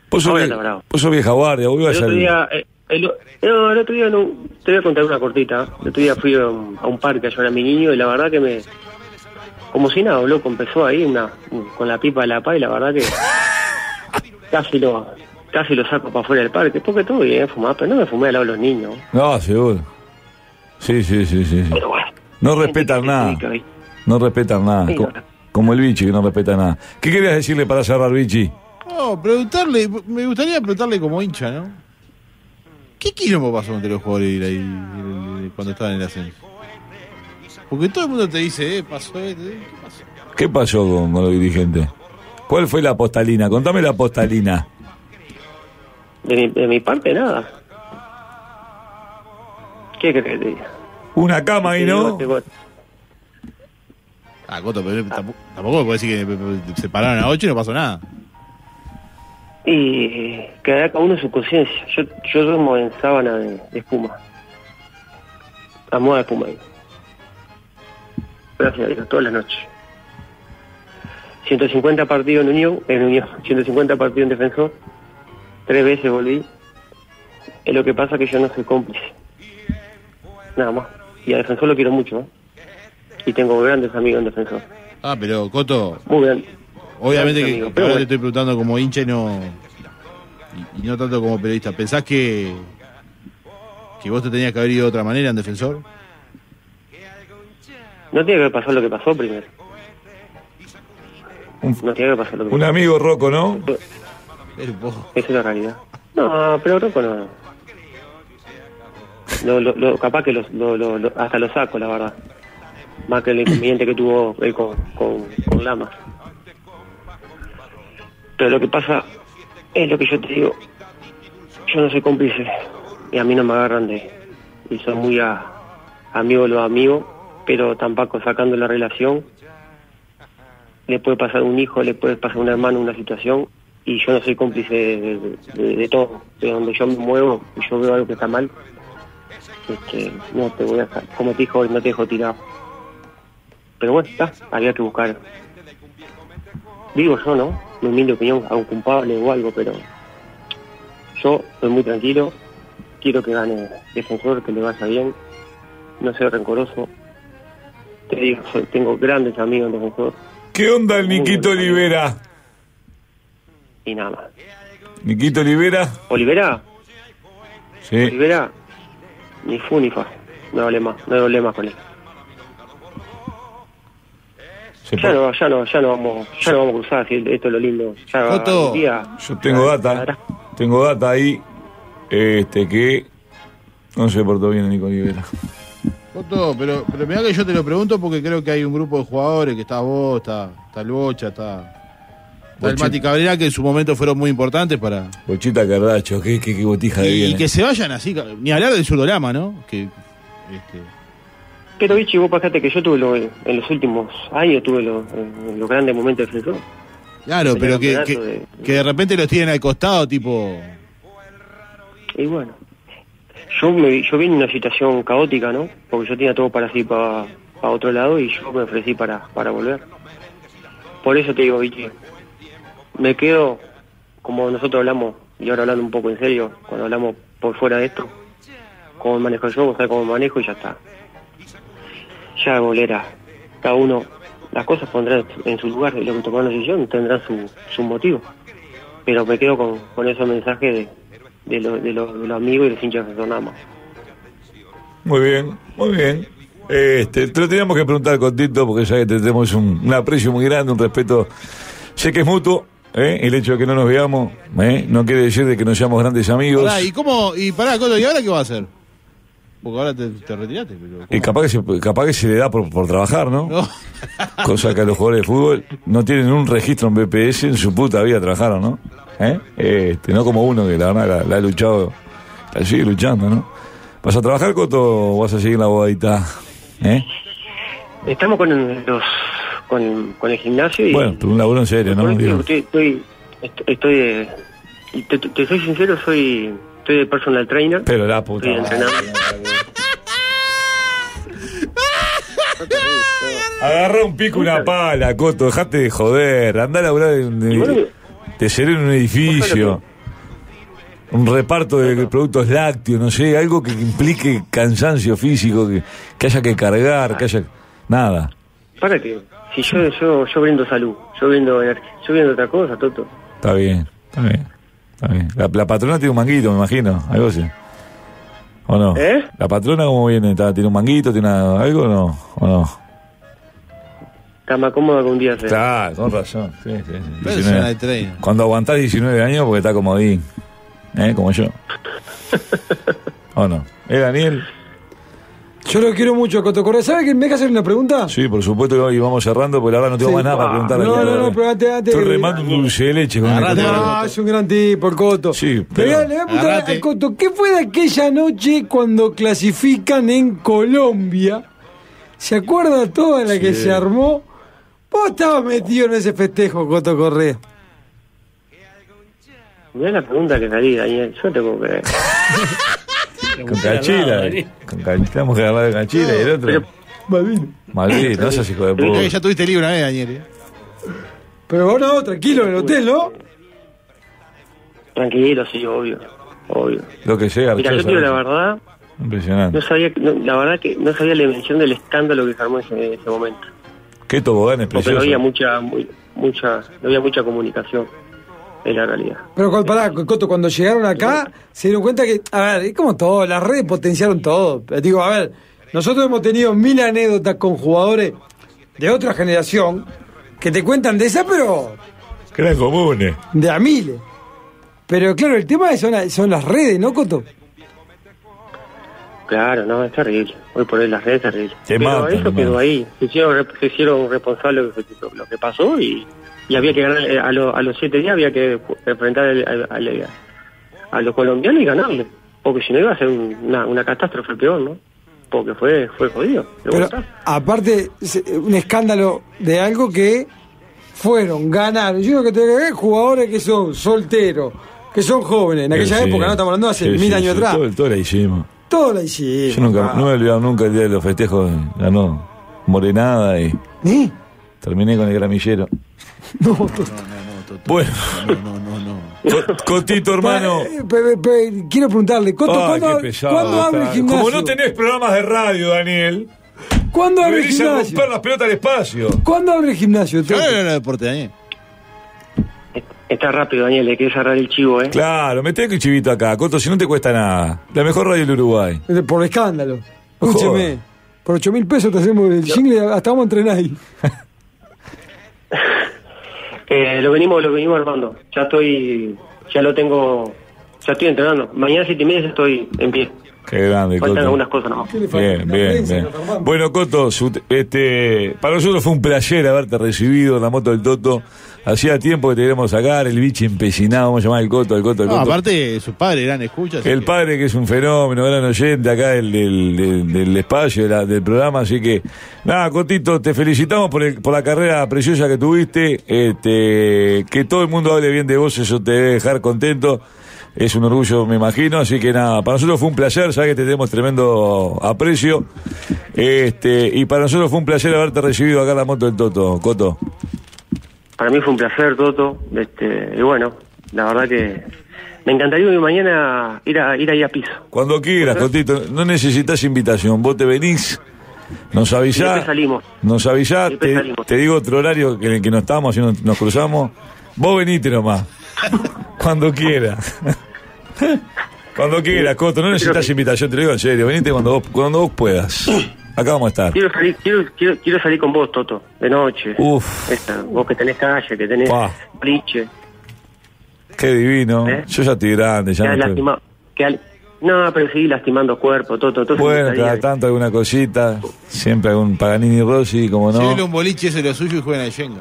[SPEAKER 3] Vos sos,
[SPEAKER 5] Ahora
[SPEAKER 3] vie-
[SPEAKER 5] está bravo.
[SPEAKER 3] vos sos vieja guardia, vos ibas
[SPEAKER 5] El otro
[SPEAKER 3] al-
[SPEAKER 5] día, eh, el, o- no, el otro día no, te voy a contar una cortita. El otro día fui a un, a un parque a llorar a mi niño y la verdad que me. Como si nada, loco, empezó ahí una, con la pipa de la paz y la verdad que. casi lo casi lo saco para afuera del parque. Porque todo bien, fumaba, pero no me fumé al lado de los niños.
[SPEAKER 3] No, seguro. Sí, sí, sí, sí. sí.
[SPEAKER 5] Pero bueno.
[SPEAKER 3] No respetan nada. No respetan nada.
[SPEAKER 5] Sí,
[SPEAKER 3] Co-
[SPEAKER 5] no.
[SPEAKER 3] Como el bichi que no respeta nada. ¿Qué querías decirle para cerrar, bichi?
[SPEAKER 4] No, preguntarle, me gustaría preguntarle como hincha, ¿no? ¿Qué quilombo pasó entre los jugadores ahí, ahí, cuando estaban en el ascenso? Porque todo el mundo te dice, eh, pasó esto, eh, ¿qué pasó?
[SPEAKER 3] ¿Qué pasó con, con los dirigentes? ¿Cuál fue la postalina? Contame la postalina.
[SPEAKER 5] De mi, de mi parte, nada. ¿Qué crees que te diga?
[SPEAKER 3] Una cama ahí,
[SPEAKER 5] Te digo,
[SPEAKER 3] ¿no?
[SPEAKER 5] te digo,
[SPEAKER 4] Ah, Coto, pero tampoco, tampoco puedes decir que eh, se pararon a 8 y no pasó nada.
[SPEAKER 5] Y que haga cada uno su conciencia. Yo, yo duermo en sábana de, de espuma. A moda de espuma. digo. Gracias a Dios, todas las noches. 150 partidos en Unión, en Unión, 150 partidos en Defensor. Tres veces volví. Es lo que pasa que yo no soy cómplice. Nada más. Y a Defensor lo quiero mucho. ¿eh? Y tengo grandes amigos en Defensor.
[SPEAKER 4] Ah, pero Coto,
[SPEAKER 5] Muy grandes.
[SPEAKER 4] obviamente
[SPEAKER 5] Gracias,
[SPEAKER 4] que
[SPEAKER 5] amigo,
[SPEAKER 4] pero
[SPEAKER 5] pero
[SPEAKER 4] ahora
[SPEAKER 5] bueno.
[SPEAKER 4] te estoy preguntando como hincha y no, y, y no tanto como periodista. ¿Pensás que, que vos te tenías que haber ido de otra manera en defensor?
[SPEAKER 5] No tiene que pasar lo que pasó primero. No tiene que pasar lo que
[SPEAKER 3] Un amigo roco, ¿no?
[SPEAKER 4] Pero vos-
[SPEAKER 5] Esa es la realidad. No, pero Rocco no. Lo, lo- lo- capaz que los- lo- lo- lo- hasta lo saco, la verdad. Más que el inconveniente que tuvo él con, con, con Lama. Pero lo que pasa es lo que yo te digo. Yo no soy cómplice y a mí no me agarran de... Y son muy a, amigos los amigos, pero tampoco sacando la relación. Le puede pasar a un hijo, le puede pasar a un hermano una situación y yo no soy cómplice de, de- de- de todo. De donde yo me muevo y yo veo algo que está mal, este, no te voy a dejar, como te dijo hoy, no te dejo tirado. Pero bueno, está, había que buscar. Digo yo, ¿no? Mi humilde opinión, a un culpable o algo, pero yo estoy muy tranquilo, quiero que gane defensor, que le vaya bien, no soy rencoroso. Te digo, soy- tengo grandes amigos en defensor
[SPEAKER 3] ¿Qué onda el Niquito Olivera?
[SPEAKER 5] y nada más.
[SPEAKER 3] ¿Niquito Olivera?
[SPEAKER 5] Olivera,
[SPEAKER 3] Sí.
[SPEAKER 5] Rivera, ni fu ni fa. No hablé más, no hablé más con él.
[SPEAKER 3] se
[SPEAKER 5] Ya
[SPEAKER 3] pa-
[SPEAKER 5] no, ya no, ya no vamos, ya no vamos a cruzar, si esto es lo lindo. Ya
[SPEAKER 4] Coto.
[SPEAKER 5] algún día-
[SPEAKER 3] Yo tengo data,
[SPEAKER 5] Ahora.
[SPEAKER 3] tengo data ahí, este que no se portó bien el Nico Olivera.
[SPEAKER 4] Coto, pero, pero mirá que yo te lo pregunto porque creo que hay un grupo de jugadores, que está vos, está, está el Bocha, está, está el
[SPEAKER 3] Bochita.
[SPEAKER 4] Mati Cabrera, que en su momento fueron muy importantes para...
[SPEAKER 3] Bochita Cardacho, qué, qué, qué botija de
[SPEAKER 4] Y,
[SPEAKER 3] bien. ¿eh?
[SPEAKER 4] y que se vayan así, ni hablar del surdorama, ¿no? Que, este,
[SPEAKER 5] Pero Vichy, vos pasate que yo tuve lo- en los últimos años, tuve lo- en los grandes momentos de defensor.
[SPEAKER 4] claro,
[SPEAKER 5] Tenía
[SPEAKER 4] pero que, que,
[SPEAKER 5] campeonato de-
[SPEAKER 4] que de repente los tienen al costado, tipo...
[SPEAKER 5] Y bueno, yo me, yo vine en una situación caótica, ¿no? Porque yo tenía todo para ir para, otro lado y yo me ofrecí para, para volver. Por eso te digo, Vichy, me quedo, como nosotros hablamos, y ahora hablando un poco en serio, cuando hablamos por fuera de esto, cómo manejo yo, vos sabés cómo manejo y ya está. Ya, golera, cada uno, las cosas pondrán en su lugar y los que tomaron la decisión tendrán su, su motivo. Pero me quedo con, con esos mensajes de, de, lo- de lo- de los amigos y los hinchas de Sonama.
[SPEAKER 3] Muy bien, muy bien. Este, te lo teníamos que preguntar con Tito, porque ya que te tenemos un, un aprecio muy grande, un respeto. Sé que es mutuo, ¿eh? el hecho de que no nos veamos, ¿eh? no quiere decir de que no seamos grandes amigos.
[SPEAKER 4] Pará, ¿y cómo? Y pará, Coto, ¿y ahora qué va a hacer? Porque ahora te, te retiraste, pero...
[SPEAKER 3] Y capaz que se, capaz que se le da por, por trabajar, ¿no?
[SPEAKER 4] No.
[SPEAKER 3] Cosa que a los jugadores de fútbol no tienen un registro en BPS, en su puta vida trabajaron, ¿no? ¿Eh? Este, no como uno que la verdad la, la ha luchado, la sigue luchando, ¿no? ¿Vas a trabajar, Coto, o vas a seguir en la bodadita? ¿Eh?
[SPEAKER 5] Estamos con los con, con el gimnasio y
[SPEAKER 3] Bueno, pero un laburo en serio, ¿no?
[SPEAKER 5] Por eso
[SPEAKER 3] Digo,
[SPEAKER 5] digo, estoy, estoy, est- estoy de- y te, te- te soy sincero, soy estoy de personal trainer,
[SPEAKER 3] pero la puta.
[SPEAKER 5] estoy entrenando.
[SPEAKER 3] Agarrá un pico y una pala, Coto, dejate de joder, andá a laburar en,
[SPEAKER 5] Y bueno,
[SPEAKER 3] de tesero en un edificio,
[SPEAKER 5] Bueno,
[SPEAKER 3] un reparto de productos lácteos, no sé, algo que implique cansancio físico, que, que haya que cargar, que haya... Nada.
[SPEAKER 5] para que si yo yo yo brindo salud, yo brindo ener- yo brindo otra cosa, Toto.
[SPEAKER 3] Está bien, está bien. Está bien. La, la patrona tiene un manguito, me imagino, algo así. ¿O no?
[SPEAKER 5] ¿Eh?
[SPEAKER 3] ¿La patrona cómo viene? ¿Está- ¿Tiene un manguito? ¿Tiene una- algo o no? ¿O no?
[SPEAKER 5] Está más cómoda que un día sea.
[SPEAKER 3] Claro, con razón. Sí, sí, sí.
[SPEAKER 4] Personal
[SPEAKER 3] 19.
[SPEAKER 4] trainer.
[SPEAKER 3] Cuando aguantás 19 años porque está comodín. ¿Eh? Como yo. ¿O no? ¿Eh, Daniel?
[SPEAKER 6] Yo lo quiero mucho, Coto Correa. ¿Sabes que me deja hacer una pregunta?
[SPEAKER 3] Sí, por supuesto, y vamos cerrando, porque la verdad no tengo
[SPEAKER 6] Sí.
[SPEAKER 3] más nada para preguntar.
[SPEAKER 6] No,
[SPEAKER 3] Daniel.
[SPEAKER 6] no, no, pero antes- antes-
[SPEAKER 3] Estoy remando un dulce de leche con el
[SPEAKER 4] Agarrate,
[SPEAKER 3] Coto.
[SPEAKER 6] Ah, es un gran tipo el Coto.
[SPEAKER 3] Sí,
[SPEAKER 6] Le
[SPEAKER 3] pero-
[SPEAKER 6] voy a- le voy a preguntar
[SPEAKER 4] Agarrate.
[SPEAKER 6] al Coto, ¿qué fue de aquella noche cuando clasifican en Colombia? ¿Se acuerda toda la que se armó? Vos estabas metido en ese festejo, Coto Correa.
[SPEAKER 5] Mirá la pregunta que salí, Daniel. Yo te puedo creer.
[SPEAKER 3] Con cachila. eh. Con cachila, tenemos que agarrar de cachila y el otro. Madrid, no seas hijo de
[SPEAKER 4] Creo que
[SPEAKER 3] puta.
[SPEAKER 4] ya tuviste libre una vez, Daniel. ¿eh?
[SPEAKER 6] Pero vos no, tranquilo en el hotel, ¿no?
[SPEAKER 5] Tranquilo, sí, obvio. Obvio.
[SPEAKER 3] Lo que llega,
[SPEAKER 5] Mira, yo
[SPEAKER 3] Archosa,
[SPEAKER 5] te digo la
[SPEAKER 3] ¿no?
[SPEAKER 5] verdad,
[SPEAKER 3] Impresionante.
[SPEAKER 5] no sabía, no, la verdad que no sabía la dimensión del escándalo que se armó en ese, ese momento.
[SPEAKER 3] Qué toboganes
[SPEAKER 5] Porque no
[SPEAKER 3] preciosos.
[SPEAKER 5] había mucha, muy- mucha, no había mucha comunicación en la realidad.
[SPEAKER 6] Pero cu- pará, Coto, cuando llegaron acá, se dieron cuenta que, a ver, es como todo, las redes potenciaron todo. Pero Digo, a ver, nosotros hemos tenido mil anécdotas con jugadores de otra generación que te cuentan de esa, pero
[SPEAKER 3] Que eran comunes.
[SPEAKER 6] de a miles. Pero claro, el tema es- son, la- son las redes, ¿no, Coto?
[SPEAKER 5] Claro, no, es terrible. Hoy por hoy las redes es terrible.
[SPEAKER 3] Te
[SPEAKER 5] Pero
[SPEAKER 3] matan,
[SPEAKER 5] eso quedó
[SPEAKER 3] hermano.
[SPEAKER 5] ahí. Se hicieron, rep- se hicieron responsables de lo que- lo que pasó y, y había que ganar. eh, A, lo- a los siete días había que enfrentar el- al- al- a los colombianos y ganarle. Porque si no iba a ser un- una, una catástrofe peor, ¿no? Porque fue fue jodido. de
[SPEAKER 6] Pero
[SPEAKER 5] vuelta.
[SPEAKER 6] aparte, se- un escándalo de algo que fueron, ganaron. Yo creo que te que jugadores que son solteros, que son jóvenes. En aquella
[SPEAKER 3] Sí,
[SPEAKER 6] época, no estamos hablando de hace
[SPEAKER 3] sí,
[SPEAKER 6] mil
[SPEAKER 3] sí,
[SPEAKER 6] años
[SPEAKER 3] sí,
[SPEAKER 6] atrás.
[SPEAKER 3] Todo, todo la hicimos.
[SPEAKER 6] Todo la hicimos.
[SPEAKER 3] Yo nunca,
[SPEAKER 6] Ah.
[SPEAKER 3] no me he olvidado nunca el día de los festejos. Ganó Morenada y
[SPEAKER 6] ¿Eh?
[SPEAKER 3] terminé con el gramillero. Bueno,
[SPEAKER 4] No, no, no, no.
[SPEAKER 3] Co- Cotito, hermano.
[SPEAKER 6] Pa- eh, pe- pe- pe- quiero preguntarle, Coto,
[SPEAKER 3] Ay,
[SPEAKER 6] ¿cuándo,
[SPEAKER 3] qué pesado
[SPEAKER 6] ¿cuándo abre el
[SPEAKER 3] está.
[SPEAKER 6] gimnasio?
[SPEAKER 3] Como no tenés programas de radio, Daniel,
[SPEAKER 6] ¿Cuándo abre el
[SPEAKER 3] venís a
[SPEAKER 6] gimnasio?
[SPEAKER 3] romper las pelotas al espacio.
[SPEAKER 6] ¿Cuándo abre el gimnasio?
[SPEAKER 4] Yo no era deporte, Daniel.
[SPEAKER 5] Está rápido, Daniel, le querés cerrar el chivo, ¿eh?
[SPEAKER 3] Claro, meté el chivito acá, Coto, si no te cuesta nada. La mejor radio del Uruguay.
[SPEAKER 6] Eh, Por escándalo.
[SPEAKER 3] Joder.
[SPEAKER 6] Escúcheme. Por 8 mil pesos te hacemos el jingle, hasta vamos a entrenar ahí.
[SPEAKER 5] Eh, lo venimos, lo venimos armando. Ya estoy, ya lo tengo, ya estoy entrenando. Mañana siete y media ya estoy en pie.
[SPEAKER 3] Qué grande,
[SPEAKER 5] Faltan
[SPEAKER 3] Coto.
[SPEAKER 5] algunas cosas nomás.
[SPEAKER 6] ¿Qué le falta?
[SPEAKER 3] Bien,
[SPEAKER 6] La
[SPEAKER 3] bien,
[SPEAKER 6] prensa,
[SPEAKER 3] bien.
[SPEAKER 6] Don Armando.
[SPEAKER 3] Bueno, Coto, su- este, para nosotros fue un placer haberte recibido en la moto del Toto. Hacía tiempo que te queríamos sacar, el bicho empecinado, vamos a llamar el Coto, el Coto, el
[SPEAKER 4] No,
[SPEAKER 3] Coto.
[SPEAKER 4] aparte, sus padres eran escuchas. así
[SPEAKER 3] El
[SPEAKER 4] que-
[SPEAKER 3] padre que es un fenómeno, gran oyente acá del, del, del- del espacio, de la- del programa, así que nada, Cotito, te felicitamos por, el- por la carrera preciosa que tuviste, este, que todo el mundo hable bien de vos, eso te debe dejar contento, es un orgullo me imagino, así que nada, para nosotros fue un placer, sabes que te tenemos tremendo aprecio, este, y para nosotros fue un placer haberte recibido acá en la moto del Toto, Coto.
[SPEAKER 5] Para mí fue un placer, Toto. Este, y bueno, la verdad que me encantaría que mañana ir a ir ahí a piso.
[SPEAKER 3] Cuando quieras, Cotito, no necesitas invitación, vos te venís, nos
[SPEAKER 5] Y
[SPEAKER 3] avisás.
[SPEAKER 5] después salimos.
[SPEAKER 3] Nos avisás,
[SPEAKER 5] Después
[SPEAKER 3] te,
[SPEAKER 5] salimos.
[SPEAKER 3] te digo otro horario que en el que no estamos, y nos, nos cruzamos. Vos venite nomás. cuando quieras. cuando quieras, Coto. No necesitas invitación, te lo digo en serio. Venite cuando vos, cuando vos puedas. Acá vamos a estar.
[SPEAKER 5] Quiero salir, quiero, quiero, quiero salir con vos, Toto, de noche.
[SPEAKER 3] Uf.
[SPEAKER 5] Esta, vos que tenés calle, que tenés
[SPEAKER 3] Uh. Pa.
[SPEAKER 5] bliche,
[SPEAKER 3] Qué divino.
[SPEAKER 5] ¿Eh?
[SPEAKER 3] Yo ya estoy grande,
[SPEAKER 5] que
[SPEAKER 3] ya
[SPEAKER 5] has
[SPEAKER 3] no estoy-
[SPEAKER 5] lastimado. que has- no, pero seguís lastimando cuerpo, Toto. Entonces
[SPEAKER 3] Bueno,
[SPEAKER 5] me gustaría-
[SPEAKER 3] cada tanto alguna cosita. Siempre algún Paganini Rossi, como no.
[SPEAKER 4] Llévele un boliche ese es lo suyo y juegan al Jenga.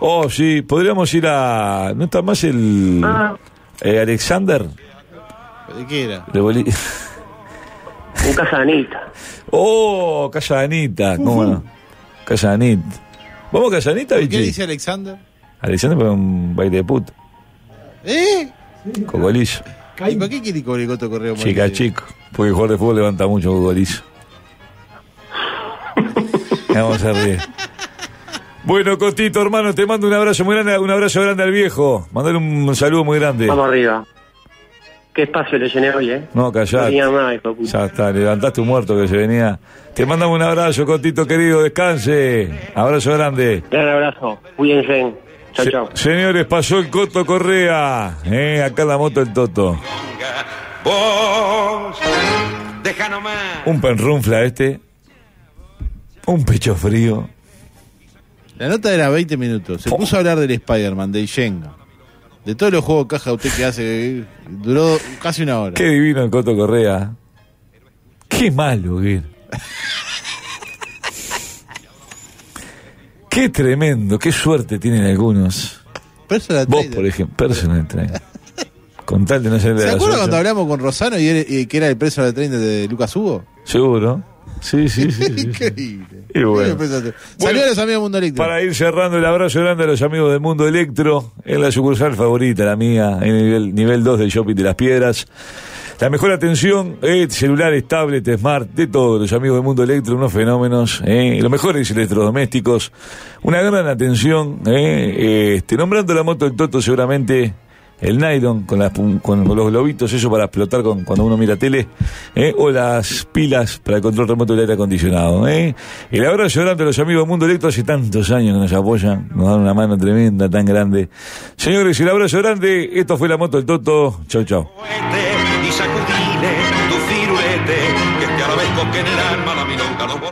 [SPEAKER 3] Oh, sí, podríamos ir a. ¿No está más el.
[SPEAKER 5] Ah.
[SPEAKER 3] eh, Alexander?
[SPEAKER 4] ¿De qué era?
[SPEAKER 3] De Boli-
[SPEAKER 5] un casanita.
[SPEAKER 3] Oh, Casanita, ¿cómo no? Casanita. ¿Vamos a Casanita,
[SPEAKER 4] ¿Por qué
[SPEAKER 3] Vichy?
[SPEAKER 4] dice Alexander?
[SPEAKER 3] Alexander fue un baile de puto,
[SPEAKER 4] ¿Eh?
[SPEAKER 3] cocolizo,
[SPEAKER 4] ¿Y para qué quiere cobrar el Coto Correo?
[SPEAKER 3] chica chico, porque el jugador de fútbol levanta mucho cocolizo. Vamos a reír. Bueno, Cotito, hermano, te mando un abrazo muy grande, un abrazo grande al viejo. Mandale un, saludo muy grande.
[SPEAKER 5] Vamos arriba. Qué espacio le llené hoy, ¿eh?
[SPEAKER 3] No,
[SPEAKER 5] No
[SPEAKER 3] callate.
[SPEAKER 5] tenía nada, hijo de puta.
[SPEAKER 3] Ya está, levantaste un muerto que se venía. Te mandamos un abrazo, Cotito querido, descanse. Abrazo grande.
[SPEAKER 5] Gran abrazo. Cuídense. Chao,
[SPEAKER 3] Se-
[SPEAKER 5] chao.
[SPEAKER 3] Señores, pasó el Coto Correa. Eh, acá en la moto el Toto.
[SPEAKER 8] Vos, deja nomás.
[SPEAKER 3] Un penrunfla este. Un pecho frío.
[SPEAKER 4] La nota era 20 minutos. Se puso a hablar del Spider-Man, del Jenga, De todos los juegos de caja usted que hace, eh, duró casi una hora.
[SPEAKER 3] Qué divino el Coto Correa. Qué malo que era. Qué tremendo, qué suerte tienen algunos.
[SPEAKER 4] Personal
[SPEAKER 3] Vos,
[SPEAKER 4] trainer.
[SPEAKER 3] por ejemplo, personal trainer. Con tal de no ser de
[SPEAKER 4] ¿Se
[SPEAKER 3] las
[SPEAKER 4] acuerda
[SPEAKER 3] ocho.
[SPEAKER 4] cuando hablamos con Rosano y, era- y que era el personal trainer de Lucas Hugo?
[SPEAKER 3] Seguro. Sí, sí, sí. sí, sí.
[SPEAKER 4] Increíble.
[SPEAKER 3] Y bueno.
[SPEAKER 4] Saludos a los amigos de Mundo Eléctrico.
[SPEAKER 3] Para ir cerrando el abrazo grande a los amigos de Mundo Electro, en la sucursal favorita, la mía, en el nivel 2 del Shopping de las Piedras. La mejor atención, eh, celulares, tablets, smart, de todos los amigos de Mundo Electro, unos fenómenos, eh, los mejores electrodomésticos, una gran atención, eh, este, nombrando la moto del Toto seguramente el nylon con, las pun- con los globitos, eso para explotar con, cuando uno mira tele, ¿eh? o las pilas para el control remoto del aire acondicionado. ¿eh? El abrazo grande a los amigos de Mundo Electro, hace tantos años que nos apoyan, nos dan una mano tremenda, tan grande. Señores, el abrazo grande, esto fue la moto del Toto, chau chau.
[SPEAKER 8] este Cohete Y sacudile tu firulete, que es que a la vez con que en el alma la milonga lo